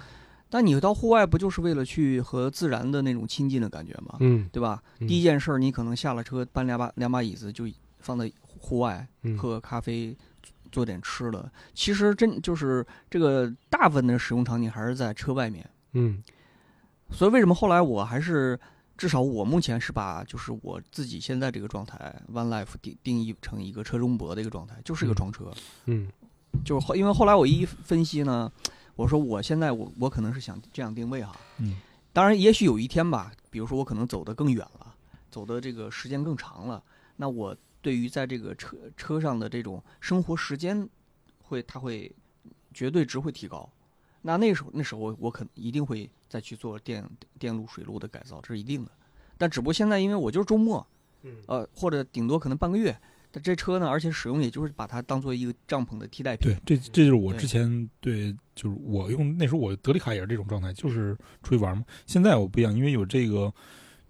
但你到户外不就是为了去和自然的那种亲近的感觉吗？
嗯，
对吧？
嗯
第一件事儿，你可能下了车搬两把两把椅子就放在户外，
嗯
喝咖啡，做点吃的。其实真就是这个大部分的使用场景还是在车外面。
嗯
所以为什么后来我还是至少我目前是把就是我自己现在这个状态 One Life 定定义成一个车中泊的一个状态，就是一个
嗯
装车。
嗯
就是后因为后来我一分析呢，我说我现在我我可能是想这样定位哈。
嗯。
当然，也许有一天吧，比如说我可能走得更远了，走的这个时间更长了，那我对于在这个车车上的这种生活时间会，它会绝对值会提高。那那时候那时候我我肯一定会再去做电电路水路的改造，这是一定的。但只不过现在因为我就是周末，
嗯
呃，或者顶多可能半个月，但这车呢，而且使用也就是把它当做一个帐篷的替代品
对。，这这就是我
对
之前对，就是我用那时候我德利卡也是这种状态，就是出去玩嘛。现在我不一样，因为有这个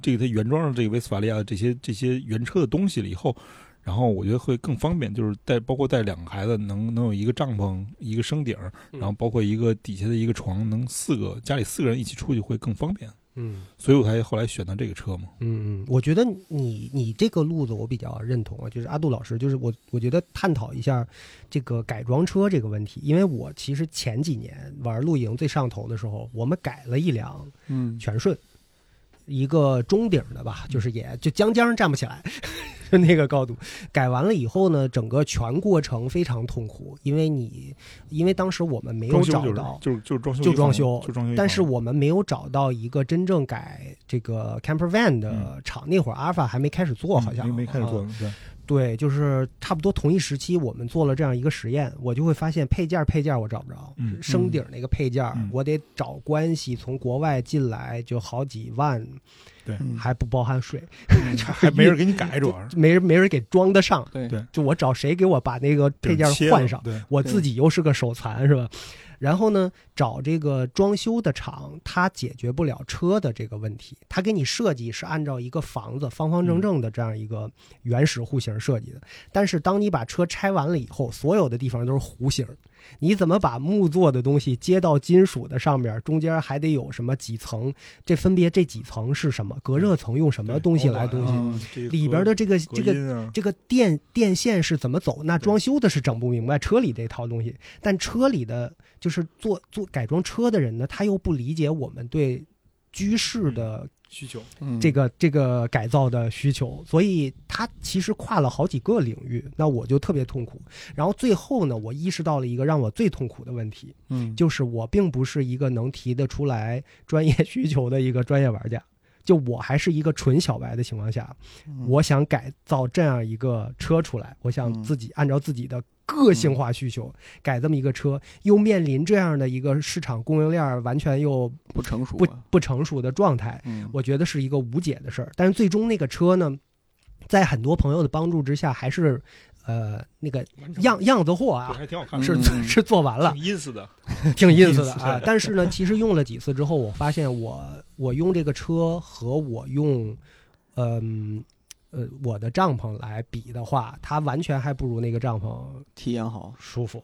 这个它原装的这个维斯法利亚的这些这些原车的东西了以后，然后我觉得会更方便，就是带包括带两个孩子能能有一个帐篷、一个升顶儿，
嗯
然后包括一个底下的一个床，能四个家里四个人一起出去会更方便，
嗯。
所以我才后来选择这个车嘛。
嗯，嗯，我觉得你你这个路子我比较认同啊，就是阿杜老师，就是我我觉得探讨一下这个改装车这个问题，因为我其实前几年玩露营最上头的时候，我们改了一辆
嗯，
全顺，一个中顶的吧，就是也就将将站不起来， [laughs] 就那个高度。改完了以后呢，整个全过程非常痛苦，因为你因为当时我们没有
装
找
修就是
到。
就是就是装修
就
一
装
房
修
就装修一房，
但是我们没有找到一个真正改这个 camper van 的
嗯
厂，那会儿阿尔法还没开始做，
嗯
好像
没没开始做
啊。
对
对，就是差不多同一时期，我们做了这样一个实验，我就会发现配件儿配件儿我找不着，
嗯
升顶那个配件儿
嗯
我得找关系从国外进来，就好几万，
对，
嗯
还不包含税，
还没人给你改，主要是
没人没人给装得上。
对
对
就我找谁给我把那个配件儿
切了
换上，
对。
我自己又是个手残是吧？然后呢，找这个装修的厂，它解决不了车的这个问题，它给你设计是按照一个房子方方正正的这样一个原始户型设计的。但是当你把车拆完了以后，所有的地方都是弧形儿，你怎么把木做的东西接到金属的上边儿，中间还得有什么几层？这分别这几层是什么？隔热层用什么东
哦
西来东西？
西
里边的这个
啊这
这个
个
这个电电线是怎么走？那装修的是整不明白车里这套东西，但车里的就是做做改装车的人呢，他又不理解我们对居室的
需求，
嗯
这个这个改造的需求，所以他其实跨了好几个领域，那我就特别痛苦。然后最后呢，我意识到了一个让我最痛苦的问题，
嗯
就是我并不是一个能提得出来专业需求的一个专业玩家，就我还是一个纯小白的情况下，我想改造这样一个车出来，我想
嗯
自己按照自己的个性化需求改这么一个车，又面临这样的一个市场供应链儿完全又
不成熟
不
啊
不成熟的状态，
嗯
我觉得是一个无解的事儿。但是最终那个车呢，在很多朋友的帮助之下，还是呃那个样样子货啊，
还挺好看的，
是
嗯
是做完了
挺，阴死的，
挺意思的
挺有
啊
意思。
但是呢， [laughs] 其实用了几次之后，我发现我我用这个车和我用，嗯呃我的帐篷来比的话，它完全还不如那个帐篷
体验好。
舒服。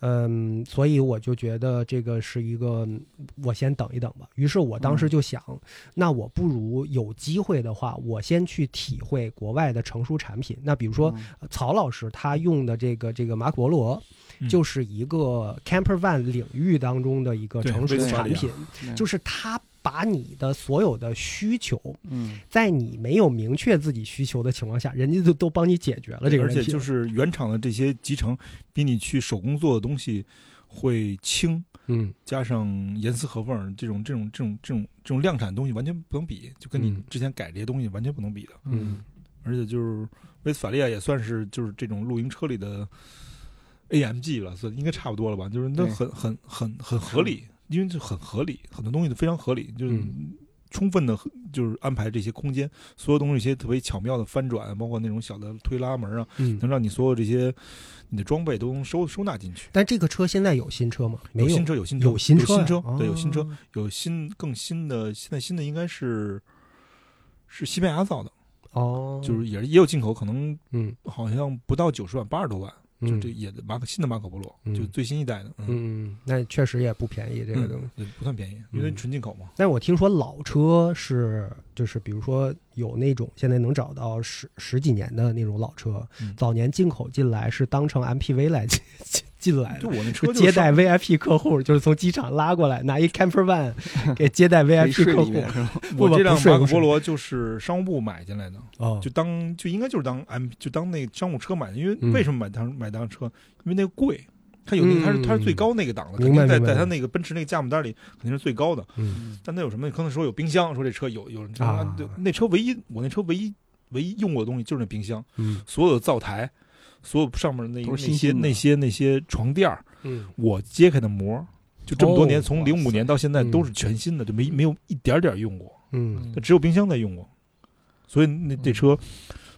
嗯，所以我就觉得这个是一个，我先等一等吧。于是我当时就想，那我不如有机会的话，我先去体会国外的成熟产品。那比如说，
嗯
呃曹老师他用的这个这个马可波罗，
嗯
就是一个 camper van 领域当中的一个
对
成熟
威斯法
产
利亚
品，就是它把你的所有的需求，
嗯
在你没有明确自己需求的情况下，人家就都帮你解决了这个
而
问
且
题
就
了。
是原厂的这些集成，比你去手工做的东西会轻，
嗯
加上严丝合缝，这种这种这种这种这种量产东西完全不能比，就跟你
嗯
之前改这些东西完全不能比的。
嗯
而且就是威斯法利亚也算是就是这种露营车里的 AMG 了，算应该差不多了吧？就是那
对
很很很很合理，因为就很合理，很多东西都非常合理，就是
嗯
充分的就是安排这些空间，所有东西一些特别巧妙的翻转，包括那种小的推拉门啊，
嗯，
能让你所有这些你的装备都能收收纳进去。
但这个车现在有新车吗？没
有新车，有新车，
有新车啊呀，
有新车，对，有新车，
哦
有新更新的，现在新的应该是是西班牙造的，
哦，
就是也是也有进口，可能
嗯，
好像不到九十万，八十多万，
嗯
就这也马可新的马可波罗，
嗯
就最新一代的，嗯，
嗯，那确实也不便宜这个东西。
嗯对不算便宜，因为
嗯
纯进口嘛。
但我听说老车是，就是比如说有那种现在能找到十十几年的那种老车，
嗯
早年进口进来是当成 MPV 来 [laughs] 进进进来
就
的，
我
[laughs]
那车就是
接待
上
VIP 客户，就是从机场拉过来，拿一 camper
[laughs]
van 给接待
没
VIP
睡
客
里
户。
面是吧？
不
我
不
这辆
不是
马
不
可
是
波罗就是商务部买进来的，
哦，
就当就应该就是当 M 就当那商务车买的，因为
嗯
为什么买当买当车？因为那个贵，它有那个它是它是最高那个档的，肯
嗯明白
定在
明白
在它那个奔驰那个价目单里肯定是最高的。
嗯
但它有什么？可能说有冰箱，说这车有有人说
啊
对那车唯一我那车唯一唯一用过的东西就是那冰箱，
嗯
所有的灶台，所有上面那
都
那
是新
些
进的
那些那些床垫儿，
嗯
我揭开的膜儿。就这么多年，
哦
从
哇
零五年到现在
嗯
都是全新的，就没没有一点点用过。
嗯，
它只有冰箱在用过，所以那这车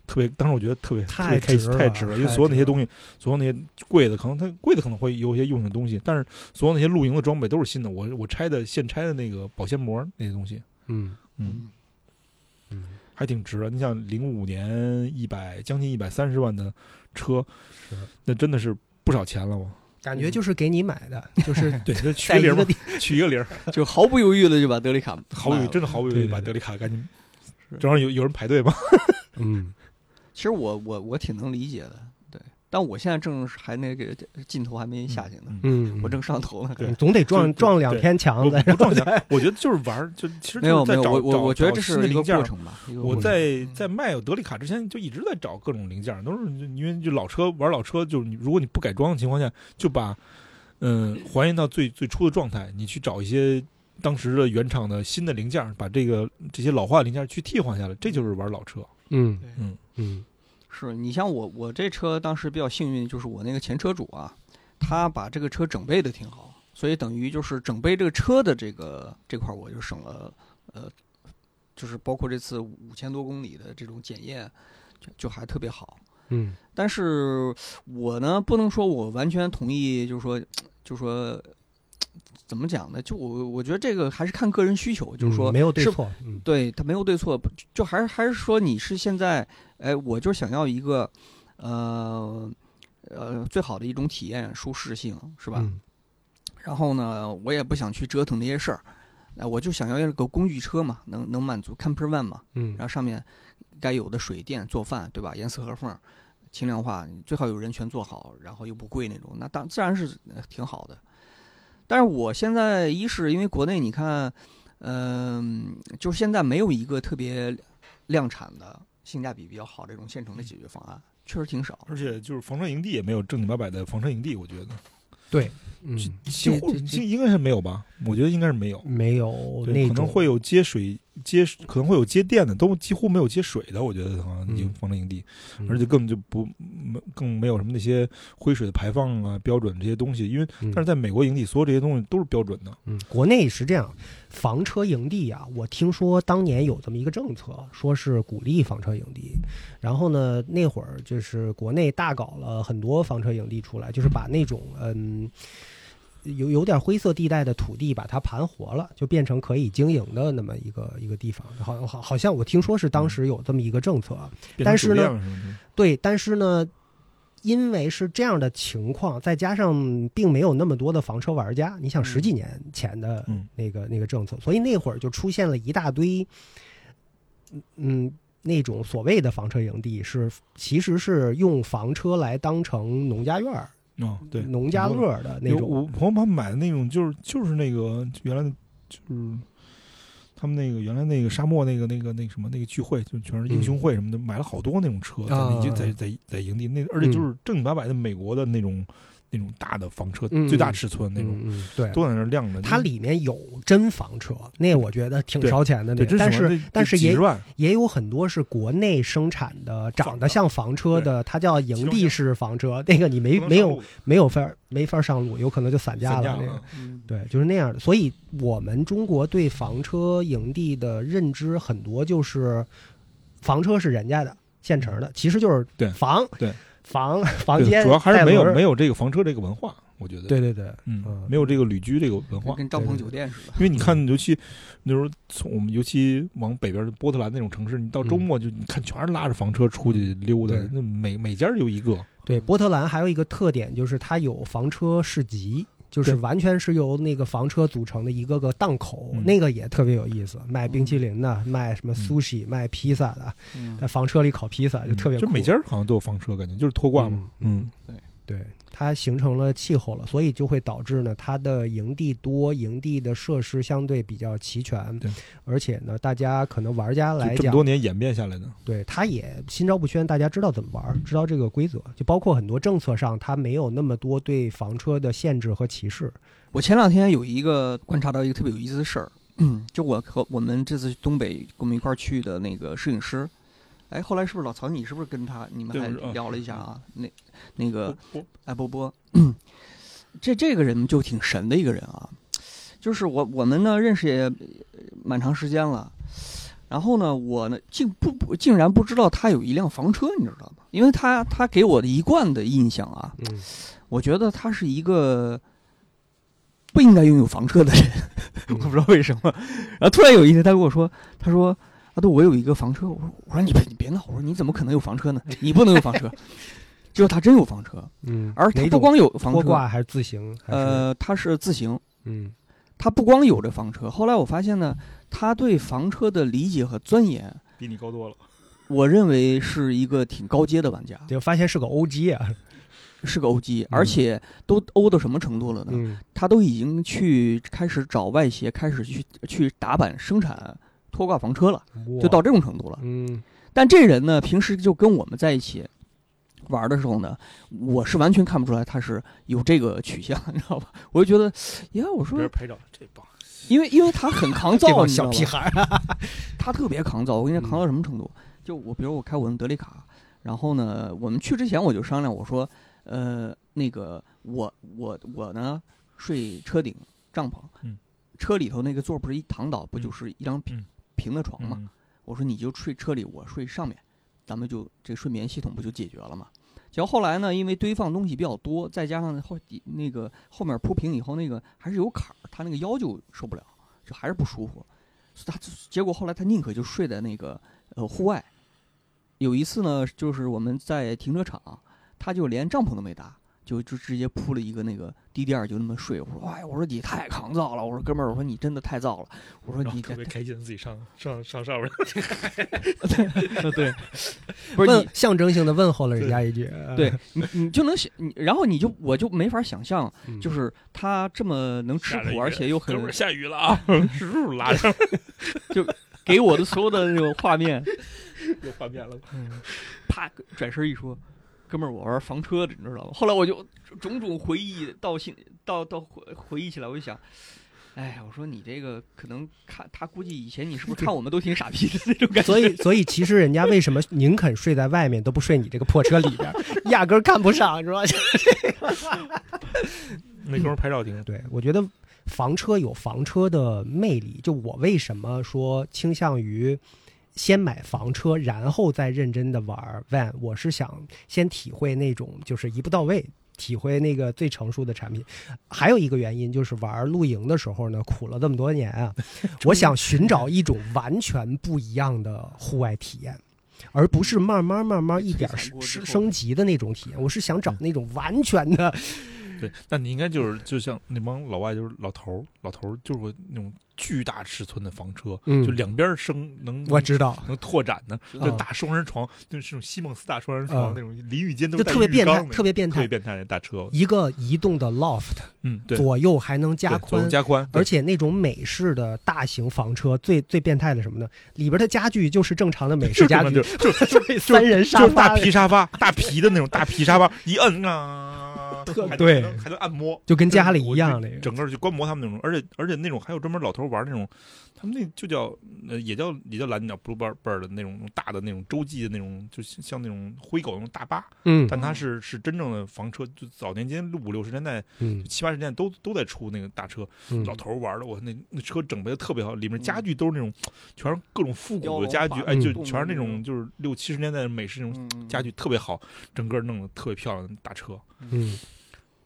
特别，当时我觉得特别特
太
别开
值
心，
了
嗯太值了，因为
太
所有那
值
些
了
东西，所有那些贵的，可能它贵的可能会有一些用的东西，但是所有那些露营的装备都是新的，我我拆的现拆的那个保鲜膜那些东西，
嗯
嗯，
嗯
还挺值的。你想零五年一百将近一百三十万的车，
是
那真的是不少钱了嘛？
感觉就是给你买的，就是
[laughs] 对， [laughs] 就取
在
个
一
零
个
嘛，
地，
取一个零，
[laughs] 就毫不犹豫的就把德里卡
毫不
买
犹豫，
了
真的毫不犹
对
豫
对
把
对
德里卡赶紧
是，
正好有有人排队嘛，
嗯
其实我我我挺能理解的，对。但我现在正是还那个劲头还没下去呢，
嗯，
我正上头呢。
对
总得撞
就
撞两天墙
我
的，
不撞墙，我觉得就是玩儿，就其实
没有
就是
没有，
在找
我我
找
我觉得
找
这
新
是
的
一
零
个
件儿
过程吧。一个过
我
程
在在卖有德利卡之前，就一直在找各种零件儿，都是因为就老车玩老车，就是你如果你不改装的情况下，就把嗯、还原到最最初的状态，你去找一些当时的原厂的新的零件儿，把这个这些老化的零件儿去替换下来，这就是玩老车。
嗯
对
嗯
嗯
是你像我我这车当时比较幸运，就是我那个前车主啊，他把这个车整备的挺好，所以等于就是整备这个车的这个这块儿我就省了呃，就是包括这次五千多公里的这种检验，就就还特别好。
嗯
但是我呢，不能说我完全同意，就是说，就是说，怎么讲呢？就我我觉得这个还是看个人需求，就是说，
没有对
是
错，嗯
对他没有对错，不就还是还是说你是现在，哎，我就想要一个，呃呃，最好的一种体验，舒适性是吧？
嗯
然后呢，我也不想去折腾那些事儿，哎，我就想要一个工具车嘛，能能满足 camper van 嘛，
嗯
然后上面该有的水电、做饭，对吧？严丝合缝，轻量化，最好有人全做好，然后又不贵那种，那当自然是呃挺好的。但是我现在一是因为国内你看，嗯、就是现在没有一个特别量产的、性价比比较好的这种现成的解决方案，确实挺少。
而且就是房车营地也没有正经八百的房车营地，我觉得
嗯
几，几
这
乎
这这
应应该是没有吧？我觉得应该是没有。
没有
对，
哦那
可
种
能会有接水接，可能会有接电的，都几乎没有接水的。我觉得好像
嗯
营房车营地，
嗯
而且根本就不没更没有什么那些灰水的排放啊标准这些东西，因为
嗯
但是在美国营地，所有这些东西都是标准的。
嗯，国内是这样，房车营地啊，我听说当年有这么一个政策，说是鼓励房车营地。然后呢，那会儿就是国内大搞了很多房车营地出来，就是把那种嗯。有有点灰色地带的土地，把它盘活了，就变成可以经营的那么一个一个地方。好好好像我听说是当时有这么一个政策，
变成
但是呢
酒量什么
对，但是呢，因为是这样的情况，再加上并没有那么多的房车玩家，你想
嗯
十几年前的
嗯
那个、那个政策，所以那会儿就出现了一大堆，嗯嗯，那种所谓的房车营地是其实是用房车来当成农家院儿、
的哦，对，
农家乐儿的那
有
种，
我朋友他们买的那种，就是就是那个原来的就是他们那个原来那个沙漠那个那个那个什么那个聚会，就全是英雄会什么的，买了好多那种车，在那
嗯啊
在在在营地那，而且就是正经八百的美国的那种那种大的房车，
嗯
最大尺寸那种，
嗯嗯，对，
都在那儿晾着。
它里面有真房车，那我觉得挺烧钱的那
对，
个，
真
但
什么
是
那
但是
几
也
十万，
也有很多是国内生产的，长
房
得
车
像房车的，它叫营地式房车，那个你没
不能
没
上
有
路的
没有法儿没法儿上路，有可能就散架
散
了
架
那个
了。
嗯
对，就是那样的。所以我们中国对房车营地的认知很多就是，房车是人家的现成的，其实就是
对
房
对
房房
对
间，
主要还是没有没
有
有这个房车这个文化，我觉得，
对对对，
嗯
嗯，
没有这个旅居这个文化
跟。跟帐
对
篷
对
酒店似的。
因为你看，尤其那时候从我们尤其往北边的波特兰那种城市，你到周末就你看全是拉着房车出去溜达
嗯对，嗯
那每每家有一个，
对，波特兰还有一个特点就是它有房车市集，就是
对
完全是由那个房车组成的一个个档口，
嗯
那个也特别有意思，卖冰淇淋的，卖什么 sushi，卖披萨的，在
嗯，
房车里烤披萨就特别酷，
嗯就每家好像都有房车，感觉就是拖挂嘛。
嗯，
嗯，
对，它形成了气候了，所以就会导致呢，它的营地多，营地的设施相对比较齐全
对，
而且呢，大家可能玩家来
就这么
讲，
多年演变下来的，
对，它也心照不宣，大家知道怎么玩儿，知道这个规则，就包括很多政策上，它没有那么多对房车的限制和歧视。
我前两天有一个观察到一个特别有意思的事儿，就我和我们这次去东北跟我们一块儿去的那个摄影师，哎，后来是不是老曹你是不是跟他你们
对
还
我是嗯
聊了一下啊？那那个
我
哎，波波，这这个人就挺神的一个人啊，就是我我们呢认识也呃蛮长时间了，然后呢，我呢竟不不竟然不知道他有一辆房车，你知道吗？因为他他给我的一贯的印象啊，
嗯，
我觉得他是一个不应该拥有房车的人，我不知道为什么。然后突然有一天，他跟我说，他说。阿杜，我有一个房车。我说，我说你别你别闹，我说你怎么可能有房车呢？你不能有房车。 [laughs] 结果他真有房车，
嗯，
而他
哪
不
种
光有房
拖
车，
挂还是自行，还是、
呃，他是自行，
嗯
他不光有这房车。后来我发现呢，他对房车的理解和钻研，
比你高多了。
我认为是一个挺高阶的玩家，
就发现是个 OG 啊，
是个 OG，而且都欧到什么程度了呢？
嗯
他都已经去开始找外协，开始去去打板生产拖挂房车了，就到这种程度了。
嗯
但这人呢，平时就跟我们在一起玩的时候呢，我是完全看不出来他是有这个取向，你知道吧？我就觉得，呀，我说
拍照这棒，
因为因为他很抗
这
造，
帮
你知道
小
吧
屁？孩儿，
他特别抗造，我跟你
嗯
讲，抗到什么程度？就我比如我开我的德利卡，然后呢，我们去之前我就商量，我说，呃，那个我我我呢睡车顶帐篷，
嗯
车里头那个座儿不是一躺倒，不
嗯
就是一张平、
嗯
平的床嘛？
嗯，
我说你就睡车里，我睡上面，咱们就这睡眠系统不就解决了吗？结果后来呢，因为堆放东西比较多，再加上后底那个后面铺平以后，那个还是有坎儿，他那个腰就受不了，就还是不舒服。所以他结果后来他宁可就睡在那个呃户外。有一次呢，就是我们在停车场，他就连帐篷都没搭，就就直接铺了一个那个低垫儿，就那么睡。我说哎，我说你太抗造了，我说哥们儿，我说你真的太造了，我说你这
开心，自己上上上上边。
[laughs] 对，不是你
问象征性的问候了人家一句，呃
对你，你就能想你，然后你就我就没法想象，
嗯
就是他这么能吃
下着雨
苦，而且又很
下雨了啊， [laughs] 叔拉
[laughs]
上
给我的所有的那种画面，
有画面了。
[laughs] 啪转身一说，哥们儿，我玩房车的，你知道吗？后来我就种种回忆到心到到回回忆起来，我就想。哎，我说你这个可能看他估计以前你是不是看我们都挺傻逼的那种
[laughs]
感觉？
所以，所以其实人家为什么宁肯睡在外面，都不睡你这个破车里 [laughs] 边儿，压根儿看不上，是吧？
那哥们儿拍照挺
对，我觉得房车有房车的魅力。就我为什么说倾向于先买房车，然后再认真的玩儿 van，我是想先体会那种就是一步到位。体会那个最成熟的产品，还有一个原因就是玩露营的时候呢，苦了这么多年 [laughs] 啊，我想寻找一种完全不一样的户外体验，而不是慢慢慢慢一点
摧
儿
残过之
升
后
升级的那种体验。我是想找那种完全的
对，那你应该就是就像那帮老外，就是老头儿，老头儿就是那种巨大尺寸的房车，
嗯
就两边儿升能
我知道，
能拓展的，
知
就
道
大双人床，就是那种西蒙斯大双人
嗯
床那种淋浴间都
就是
带
特别
浴
变态
缸，的
特别变
特别
态。
变态的大车，
一个移动的 loft，
嗯，对，
左右还能加
对左右
宽，
加宽，
而且那种美式的大型房车最最变态的什么呢？里边的家具就是正常的美式
就
家
这
具，
么
[laughs]
就就就
三人沙
就是大
发，
皮沙发，大皮的那种大皮沙发，一摁啊，
[laughs] 特
还能
对
还能还能按摩，
就跟家里
我
一样那个。
整个去观摩他们那种，而且而且那种还有专门老头玩那种，他们那就叫呃也叫也叫蓝鸟 blue bird bird 的那种大的那种洲际的那种，就像像那种灰狗那种大巴，
嗯
但它是是真正的房车，就早年间五六十年代、
嗯
七八十年代都都在出那个大车，
嗯
老头玩的，我那那车整备的特别好，里面家具都是那种全是各种复
雕
古的
龙
家
画
具，
虎
哎，就
动
全是那
物那
种
种
就是六七十年代的美式那种
嗯
家具特别好，整个弄得特别漂亮的大车。
嗯，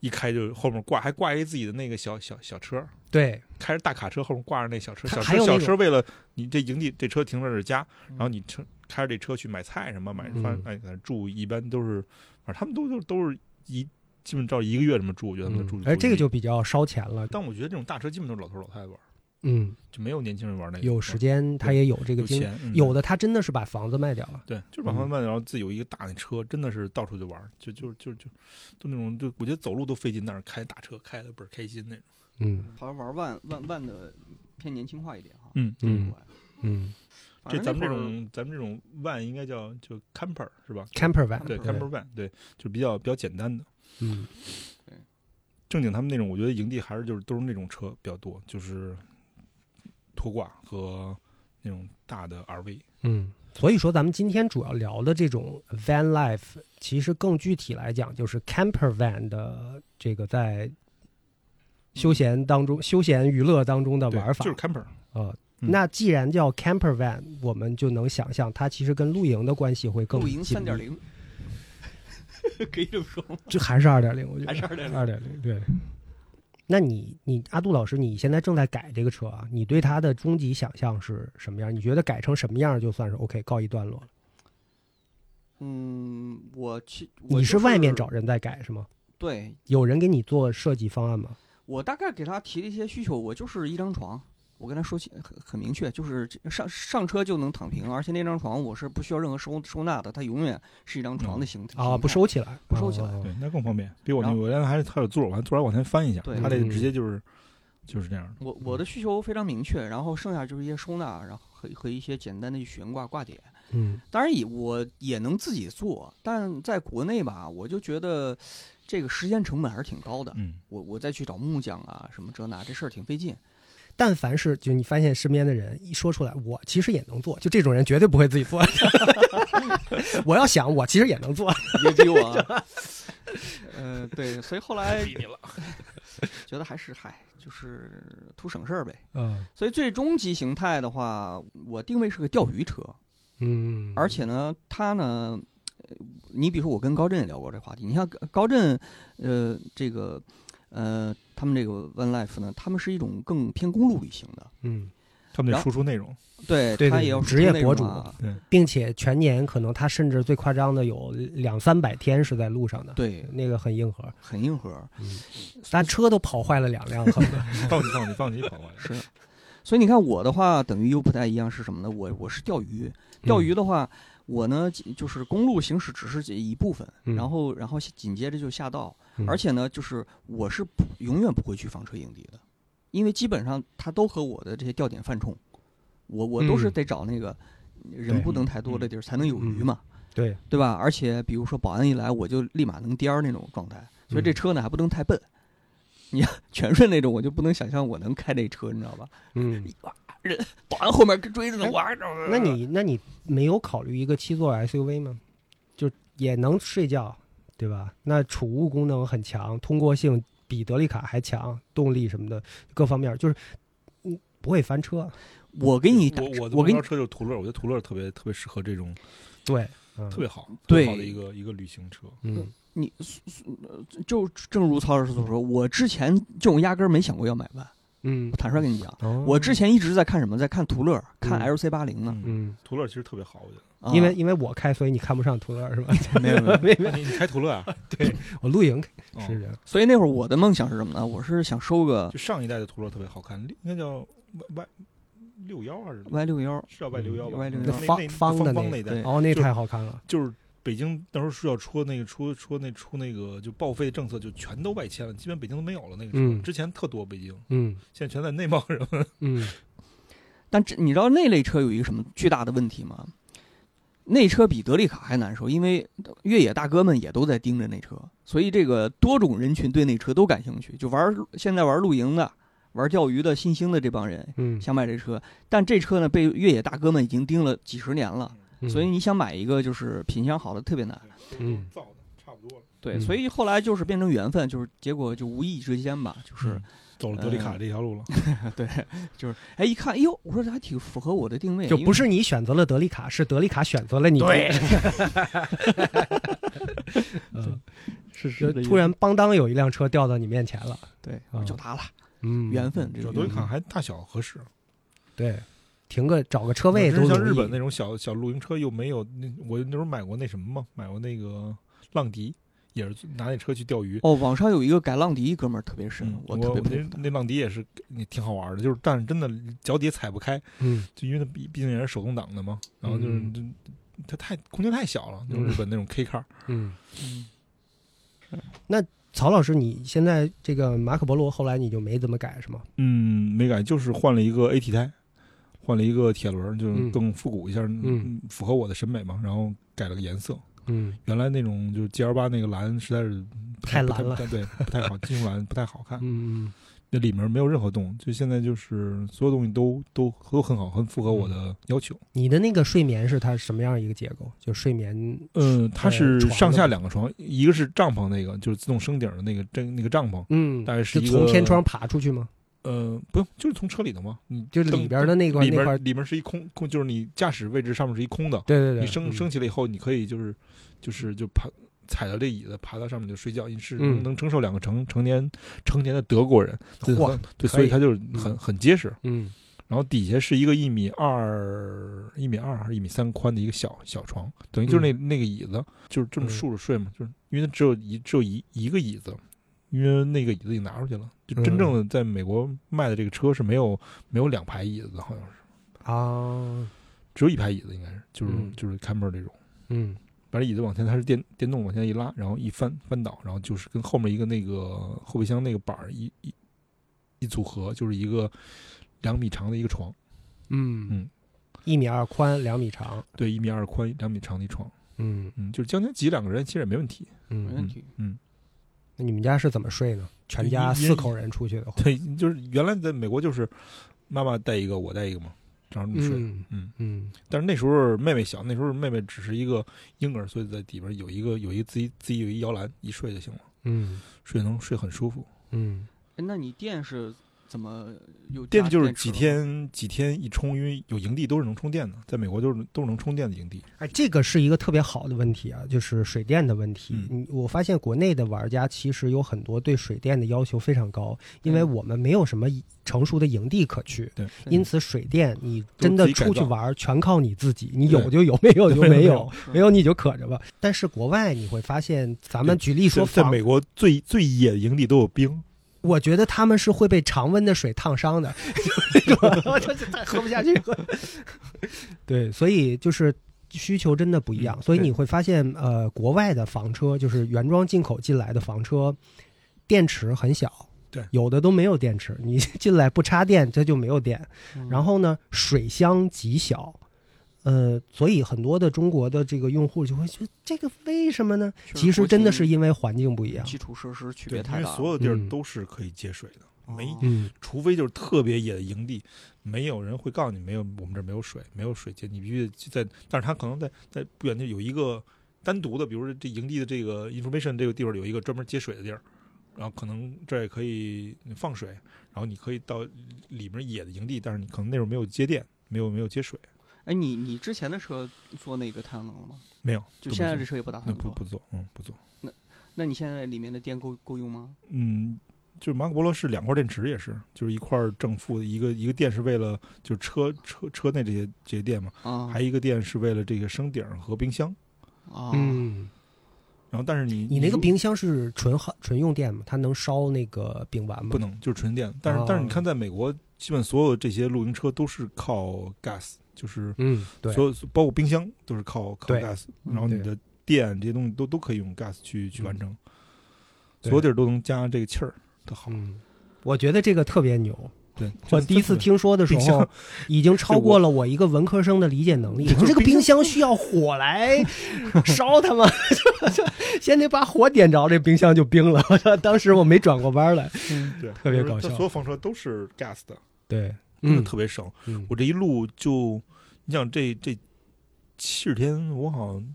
一开就后面挂还挂一自己的那个小小小车，
对，
开着大卡车后面挂着那小车，
它
小
还有那
车小
种
车为了你这营地这车停在这儿家，然后
你
你车开着这车去买菜什么买
嗯
饭，哎在那儿住一般都是，反正他们都都都是一基本照一个月这么住，我觉得他们
嗯
住。住
哎，这个
一
就比较烧钱了。
但我觉得这种大车基本都是老头老太太玩，
嗯，
就没有年轻人玩那个。
有时间他也有这个
有
经历，
钱嗯
有的嗯他真的是把房子卖掉了。
对，就是把房子卖了，然后自己有一个大的车，真的是到处就玩，就就就就就那种，就我觉得走路都费劲，但是开大车开的倍儿开心那种。
嗯
好像玩万万万的偏年轻化一点哈。
嗯
嗯嗯
反
这
正
咱们
那
这
会儿
种咱们这种 van 应该叫就 camper 是吧？
，camper van，
对
camper
camper van，对，就比较比较简单的。
嗯
正经他们那种，我觉得营地还是就是都是那种车比较多，就是拖挂和那种大的 RV。
嗯。所以说，咱们今天主要聊的这种 van life，其实更具体来讲，就是 camper van 的这个在休闲当中、休闲娱乐当中的
对
玩法。
就是 camper，
呃，
嗯
那既然叫 camper van，我们就能想象它其实跟露营的关系会更
露营
紧
三
密
点，零， [laughs] 可以这么
[laughs]
说吗？
这还是二点零，我觉得
还是二点零？
二点零对。那你你阿杜老师，你现在正在改这个车啊？你对它的终极想象是什么样？你觉得改成什么样就算是 OK 告一段落了？
嗯，我去，我
你
就是
外面找人在改是吗？
对
有人给你做设计方案吗？
我大概给他提了一些需求，我就是一张床，我跟他说起很很明确，就是这上上车就能躺平，而且那张床我是不需要任何收收纳的，它永远是一张床的形
啊，
形态
不。收起来，
不收起来
哦
对，那更方便。比我
嗯
那
然后
我原来还是它有座儿，我还座儿往前翻一下，
对
它这个
嗯
直接就是就是这样的。
我我的需求非常明确，然后剩下就是一些收纳，然后和和一些简单的悬挂挂点。
嗯
当然也我也能自己做，但在国内吧，我就觉得这个时间成本还是挺高的。
嗯，
我我再去找木匠啊什么这那这事儿挺费劲。
但凡是就你发现身边的人一说出来，我其实也能做，就这种人绝对不会自己做。 [laughs] 我要想，我其实也能做。
别逼我啊。呃，对，所以后来
你了。
[laughs] 觉得还是嗨，就是图省事儿呗。
嗯
所以最终极形态的话，我定位是个钓鱼车，
嗯
而且呢，它呢，呃你比如说我跟高震也聊过这话题，你像高高震，呃，这个，呃，他们这个 One Life 呢，他们是一种更偏公路旅行的，
嗯，
他们得
然后
输出内容，
对
对
他
对
也要
职
出
业
那
博
种
主
啊
并且全年可能他甚至最夸张的有两三百天是在路上的，
对，
那个很硬核，
很硬核。
咱车都跑坏了两辆，恨不得
放弃放弃放弃跑过来。
是，所以你看我的话，等于又不太一样是什么呢？我我是钓鱼，钓
嗯
鱼的话，我呢就是公路行驶只是一部分，
嗯
然后然后紧接着就下道，
嗯
而且呢，就是我是不永远不会去房车营地的，因为基本上它都和我的这些钓点犯冲，我我都是
嗯
得找那个人
对嗯
不能太多的地儿才能有鱼嘛，
对，
对吧？而且比如说保安一来，我就立马能颠儿那种状态，所以这
嗯
车呢还不能太笨。你要 [laughs] 全顺那种，我就不能想象我能开这车，你知道吧？
嗯，
[laughs] 保安后面跟追着呢，我还
那你那你没有考虑一个七座 SUV 吗？就也能睡觉，对吧？那储物功能很强，通过性比德利卡还强，动力什么的各方面就是。嗯，不会翻车，
我给你打
我我的
我
目
给你
标车就是途乐，我觉得途乐特别特别适合这种
对，嗯
特别好特
对
别好的一个一个旅行车。
嗯
就正如曹老师所说，我之前就压根儿没想过要买万。
嗯
我，坦率跟你讲，
哦
我之前一直在看什么，在看途乐，看
嗯
LC 八零呢。
嗯，
嗯，
途乐其实特别好，我觉得。
啊
因为因为我开，所以你看不上途乐是吧？
[laughs]
[laughs]
没有没有，
没没，
[laughs] 你你开途
[laughs]
乐啊？
我露营
哦
是这样，
所以那会儿我的梦想是什么呢？我是想收个
就上一代的途乐特别好看，应该叫 Y Y 六幺还是
Y 六幺，
是叫 Y 六幺吧？
Y61
那
就
那
方
那
方的那
方方那一
对
代，
哦，那
就是
太好看了，
就是北京那时候是要出那个出出那出那个就报废政策，就全都外迁了，基本北京都没有了。那个时候、
嗯
之前特多，北京
嗯
现在全在内蒙人们。
嗯
但这你知道那类车有一个什么巨大的问题吗？那车比德利卡还难受，因为越野大哥们也都在盯着那车，所以这个多种人群对那车都感兴趣。就玩现在玩露营的、玩钓鱼的、新兴的这帮人
嗯，
想买这车，但这车呢被越野大哥们已经盯了几十年了，所以你想买一个就是品相好的特别难。
[laughs]
嗯
造的差不多了，
对，
嗯
所以后来就是变成缘分，就是结果就无意之间吧，就是、
走了德里卡这条路了。
嗯
对， [laughs] 就是哎一看，哎呦，我说这还挺符合我的定位，
就
因为
不是你选择了德利卡，是德利卡选择了你。
对，
嗯，
是
就是
的
突然邦当有一辆车掉到你面前了，
对，
啊
就它了，
嗯，
缘分这
找
个
德
缘
里
分
卡还大小合适，
对，停个找个车位
真
都
是像
容易
日本那种小小露营车，又没有那我那时候买过那什么嘛，买过那个浪迪，也是拿那车去钓鱼。
哦，网上有一个改浪迪哥们儿特别深
嗯，
我
我
特别佩服
那
他。
那浪迪也是也挺好玩的，就是但是真的脚底也踩不开，
嗯
就因为它毕毕竟也是手动挡的嘛，然后就是、
嗯
就它太空间太小了，就是
嗯
日本那种 K car，、
嗯。
嗯
曹老师，你现在这个马可波罗后来你就没怎么改是吗？
嗯，没改，就是换了一个 AT 胎，换了一个铁轮，就是
嗯
更复古一下，
嗯，
符合我的审美嘛，然后改了个颜色，
嗯
原来那种就是 G L 八那个蓝实在是不
太蓝
不太对，不太
[laughs]
好，金属蓝不太好看，
嗯
那里面没有任何洞，就现在就是所有东西都都都很好，很符合我
嗯
的要求。
你的那个睡眠是它什么样一个结构？就睡眠，
嗯，它是
呃床的
上下两个床，一个是帐篷那个，就是自动升顶的那个真那个帐篷，
嗯，
大概是
是
一个
从天窗爬出去吗？
呃，不用，就是从车里头嘛，你
就是里边的那块
里
那块
边，里面是一空空，就是你驾驶位置上面是一空的，
对对对，
你升
嗯
升起来以后，你可以就是就是就爬踩到这椅子，爬到上面就睡觉，你是
嗯
能能承受两个成成年成年的德国人，对
嚯可
对，所以
以
它就是很
嗯
很结实。
嗯
然后底下是一个一米二、一米二还是一米三宽的一个小小床，等于就是那、那个椅子，就是这么
嗯
竖着睡嘛，就是因为它只有一只有一一个椅子，因为那个椅子已经拿出去了，就真
嗯
正的在美国卖的这个车是没有没有两排椅子的，好像是
[laughs] 啊
只有一排椅子，应该是就是、
嗯
就是 Camber 这种，
嗯
把这椅子往前，它是电电动往前一拉，然后一翻翻倒，然后就是跟后面一个那个后备箱那个板儿一一一组合，就是一个两米长的一个床，
嗯
嗯，
一米二宽，两米长，
对，一米二宽，两米长的一床。
嗯
嗯，就是将近挤两个人，其实也没问题。 [laughs]
没
嗯
问，题。
那你们家是怎么睡呢？全家
一一
四口人出去的话，
对，就是原来在美国就是妈妈带一个，我带一个嘛，这样这么睡。
嗯
嗯
嗯
但是那时候妹妹小，那时候妹妹只是一个婴儿，所以在底边有一个有一个自己自己有一摇篮，一睡就行了，
嗯
睡能睡很舒服。
嗯
哎那你电是怎么有
电
加
就是
池
几
了吗？
天几天一充，因为有营地都是能充电的，在美国都是都是能充电的营地。
哎，这个是一个特别好的问题啊，就是水电的问题
嗯。
嗯，我发现国内的玩家其实有很多对水电的要求非常高，因为
对
我们没有什么成熟的营地可去，
对，
嗯
因此水电你真的出去玩全靠你自己，你有
对
就有，没有就没
没
[laughs]
有
有，
没有你就可着吧。但是国外你会发现，咱们举例说
在在
房
美国最最野的营地都有冰，
我觉得他们是会被常温的水烫伤的，就是那种就是再喝不下去。喝对，所以就是需求真的不一样，
嗯
所以你会发现，呃，国外的房车就是原装进口进来的房车，电池很小，
对
有的都没有电池，你 [laughs] 进来不插电，这就没有电。
嗯
然后呢，水箱极小。呃，所以很多的中国的这个用户就会觉得这个为什么呢？
确
其实
国
真的
情
是因为环境不一样。
基础设施区
对，
别
因
太
为
大了，
所有地儿
嗯
都是可以接水的，没
哦
嗯
除非就是特别野的营地，没有人会告诉你没有我们这儿没有水，没有水接，你必须得在，但是他可能在在不远就有一个单独的，比如说这营地的这个 information 这个地方有一个专门接水的地儿，然后可能这儿也可以放水，然后你可以到里面野的营地，但是你可能那时候没有接电，没有没有接水，
哎，你你之前的车做那个太阳能了吗？
没有，
就
都不
现在这
做
车也不打
那
算
不
做。
不做，嗯不做，
那你现在里面的电够够用吗？
嗯。就是马可波罗是两块电池，也是，就是一块正负的一个一个电是为了就是车车车内这些这些电嘛，
啊，
还有一个店是为了这个升顶和冰箱。
啊，
嗯。
然后，但是你
你那个
如
冰箱是纯耗纯用电吗？它能烧那个丙烷吗？
不能就是纯电，但是、
哦
但是你看，在美国，基本所有这些露营车都是靠 gas，就是
嗯，对，
所有包括冰箱都是靠靠
对
gas，
嗯
然后你
对嗯
的电这些东西都都可以用 gas 去去完成，
对
所有地儿都能加这个气儿，特好。
嗯，我觉得这个特别牛，
对，
我
这
第一次，听说的时
冰
候
箱，
已经超过了我一个文科生的理解能力。我啊这个冰箱需要火来 [laughs] 烧它吗？ [laughs] 先得把火点着，这冰箱就冰了。我 [laughs] 说当时我没转过弯来。
嗯
这对，
特别搞笑
它所有房车都是 gas 的，
对，
真的
嗯
特别省。
嗯，
我这一路就，你想这这七十天，我好像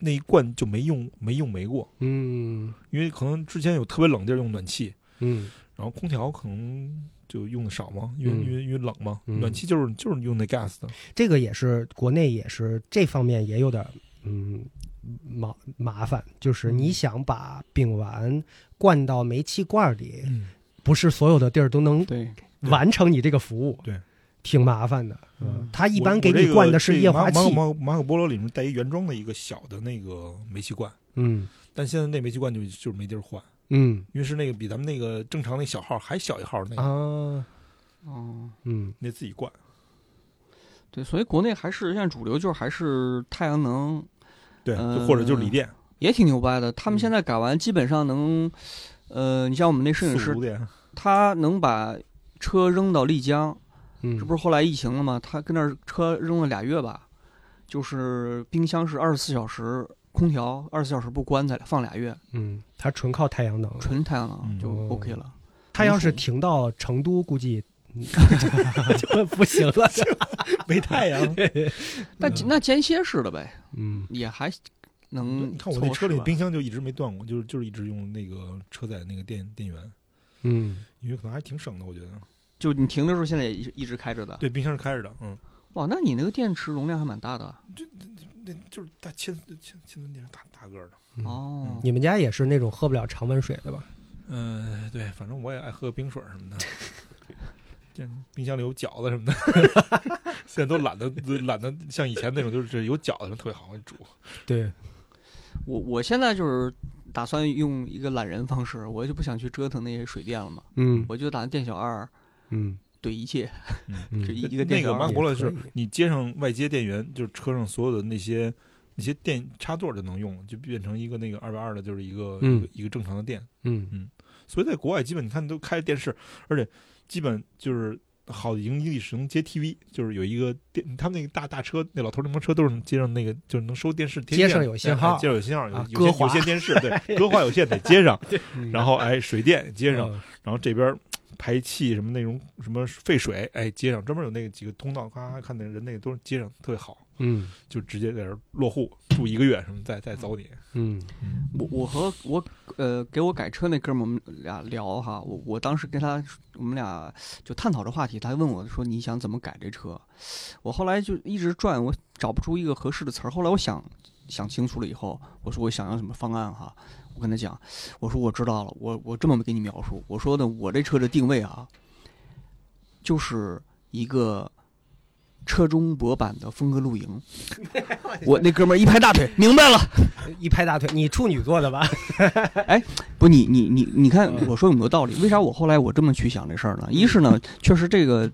那一罐就没用没用没过，
嗯
因为可能之前有特别冷的地儿用暖气，
嗯
然后空调可能就用的少嘛，因为、
嗯
因为因为冷嘛，
嗯
暖气就是就是用那 gas 的，
这个也是国内也是这方面也有点儿嗯麻麻烦，就是你想把丙烷灌到煤气罐儿里，
嗯，
不是所有的地儿都能
对，
完成你这个服务，
对，
挺麻烦的。
嗯
他一般
我
给
我这
你
个
灌的是
这
液化
马
气，
马马马可波罗里面带一原装的一个小的那个煤气罐，
嗯
但现在那煤气罐就就是没地儿换，
嗯
因为是那个比咱们那个正常那小号还小一号那个、
啊
哦，
嗯
那自己灌，
对，所以国内还是现在主流就是还是太阳能，
对，
呃
就或者就是锂电、
也挺牛掰的。他们
嗯
现在改完基本上能，呃，你像我们那摄影
四
师
五，电，
他能把车扔到丽江，
嗯，
这不是后来疫情了吗？他跟那儿车扔了俩月吧，就是冰箱是二十四小时，空调二十四小时不关在放俩月，
嗯，他纯靠太阳能，
纯太阳能
嗯
就
哦
OK 了。
他要是停到成都，估计 [laughs]
[laughs]
就不行了。
[laughs] 没太阳。嗯
但那间歇式的呗，
嗯
也还能。
嗯你看我那车里冰箱就一直没断过，就是就是一直用那个车载那个电电源，
嗯，
因为可能还挺省的，我觉得。
就你停的时候，现在也一一直开着的。
对，冰箱是开着的，嗯，
哇，那你那个电池容量还蛮大的。啊
那就是大千千千吨电大大个儿的。
嗯
哦，
你们家也是那种喝不了常温水的吧？
嗯，对，反正我也爱喝冰水什么的。 [laughs] 这冰箱里有饺子什么的， [laughs] 现在都懒得懒得像以前那种，就是有饺子什么特别好煮。
对，
我我现在就是打算用一个懒人方式，我就不想去折腾那些水电了嘛，
嗯
我就打算店小二
嗯
怼一切，
嗯
就一
那
一个
那
店
个
小
马
二
可。波罗
也可
是
以
你接上外接电源，就是车上所有的那些那些电插座就能用了，就变成一个那个二百二的，就是一个、
嗯
一个一个正常的电。
嗯
所以在国外，基本你看都开电视，而且基本就是好的营地是能接 TV，就是有一个电，他们那个大大车，那老头儿那帮车都是能接上那个，就是能收电视，
接
贴电
上
的
有信
哎哎
号
接上有信号，有
啊
有
歌
线有
华
线电视，
[laughs]
对，歌华有线得接上，然
后
后哎水电接上，
嗯
然后这边儿排气什么那种什么废水，哎接上，专门有那个几个通道，咔咔看那人那个都是接上，特别好，
嗯
就直接在这儿落户住一个月什么，再再走你。
嗯
我我和我呃给我改车那哥们儿，我们俩聊哈，我我当时跟他我们俩就探讨这话题，他问我说你想怎么改这车，我后来就一直转，我找不出一个合适的词儿，后来我想想清楚了以后，我说我想要什么方案哈。我跟他讲，我说我知道了，我我这么给你描述，我说呢，我这车的定位啊，就是一个车中博版的风格露营。我那哥们儿一拍大腿，明白了。
呃一拍大腿，你处女座的
[laughs]
吧？
不，你你你你看
嗯，
我说有没有道理？为啥我后来我这么去想这事儿呢？一是呢，确实这个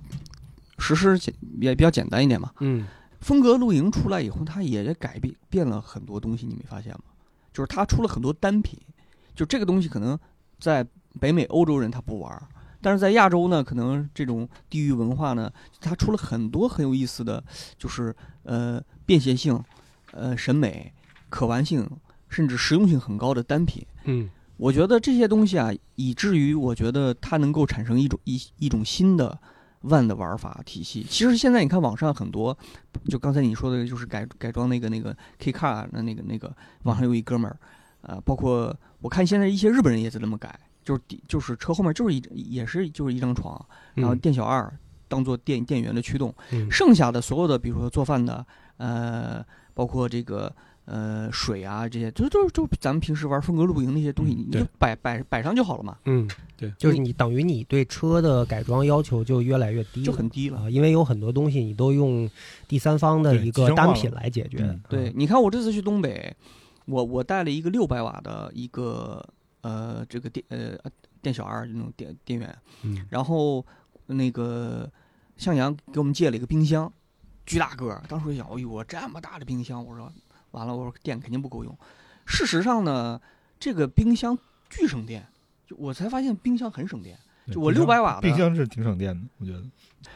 实施简也比较简单一点嘛。
嗯
风格露营出来以后，它也改变变了很多东西，你没发现吗？就是它出了很多单品，就这个东西可能在北美、欧洲人他不玩儿，但是在亚洲呢，可能这种地域文化呢，它出了很多很有意思的，就是呃便携性、呃审美、可玩性，甚至实用性很高的单品。
嗯
我觉得这些东西啊，以至于我觉得它能够产生一种一一种新的 One 的玩法体系。其实现在你看网上很多，就刚才你说的，就是改改装那个那个 K Car 那那个那个，网上有一哥们儿，呃，包括我看现在一些日本人也在这么改，就是底就是车后面就是一也是就是一张床，然
嗯
后店小二当做电电源的驱动，
嗯
剩下的所有的，比如说做饭的，呃，包括这个呃水啊这些，就就就咱们平时玩风格露营那些东西，
嗯
你
对
就摆摆摆上就好了嘛，
嗯，
对
就是你等于你对车的改装要求就越来越低了，
就很低了。
嗯
啊，因为有很多东西你都用第三方的
对
一
集
个
成化
单
了
品来解决
嗯。
对，你看我这次去东北，我我带了一个六百瓦的一个呃这个电呃电小二那种电电源，
嗯
然后那个向阳给我们借了一个冰箱，巨大个儿。当时我想，哎呦，我这么大的冰箱，我说完了，我说电肯定不够用。事实上呢，这个冰箱巨省电，就我才发现冰箱很省电。
对
就我
冰箱
600瓦的
冰箱是挺省电的，我觉得。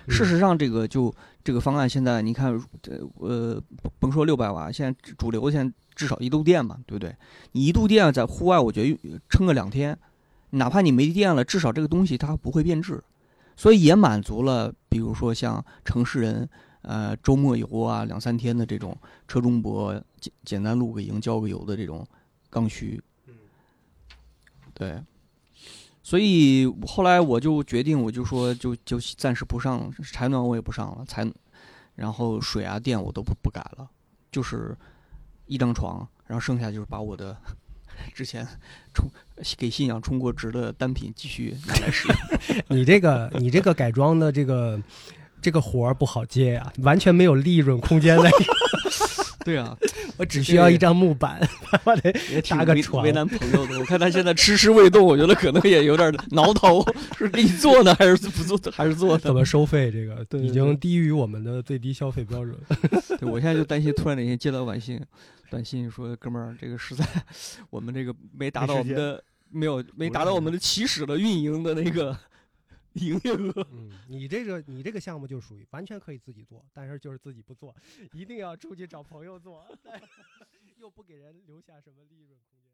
事实上，这个就这个方案现在你看，呃呃，甭甭说六百瓦，现在主流现在至少一度电嘛，对不对？你一度电在户外，我觉得撑个两天，哪怕你没电了，至少这个东西它不会变质，所以也满足了，比如说像城市人。呃，周末游啊，两三天的这种车中泊，简简单露个营、郊个游的这种刚需，对，所以后来我就决定，我就说就就暂时不上柴暖，我也不上了，柴，然后水啊电我都不不改了，就是一张床，然后剩下就是把我的 [laughs] 之前充给信仰充过值的单品继续拿来使用。
你这个你这个改装的这个这个活儿不好接啊，完全没有利润空间的，
[laughs] 对 [laughs] 啊，
我只需要一张木板，我得
也挺
搭个
为
床
为难朋友的。我看他现在迟迟未动，我觉得可能也有点挠头， [laughs] 是给你做呢还是不做？还是做呢？
怎么收费？这个
对对
已经低于我们的最低消费标准了。
[laughs] 对，我现在就担心突然哪天接到短信，短信说哥们儿，这个实在我们这个没达
没
到
时
我们
间
的没有没
不
达
是
到我
很
们的起始的运营的那个 [laughs] 营业额。
嗯，你这个你这个项目就属于完全可以自己做，但是就是自己 [laughs] 不做，一定要出去找朋友做，但是又不给人留下什么利润空间。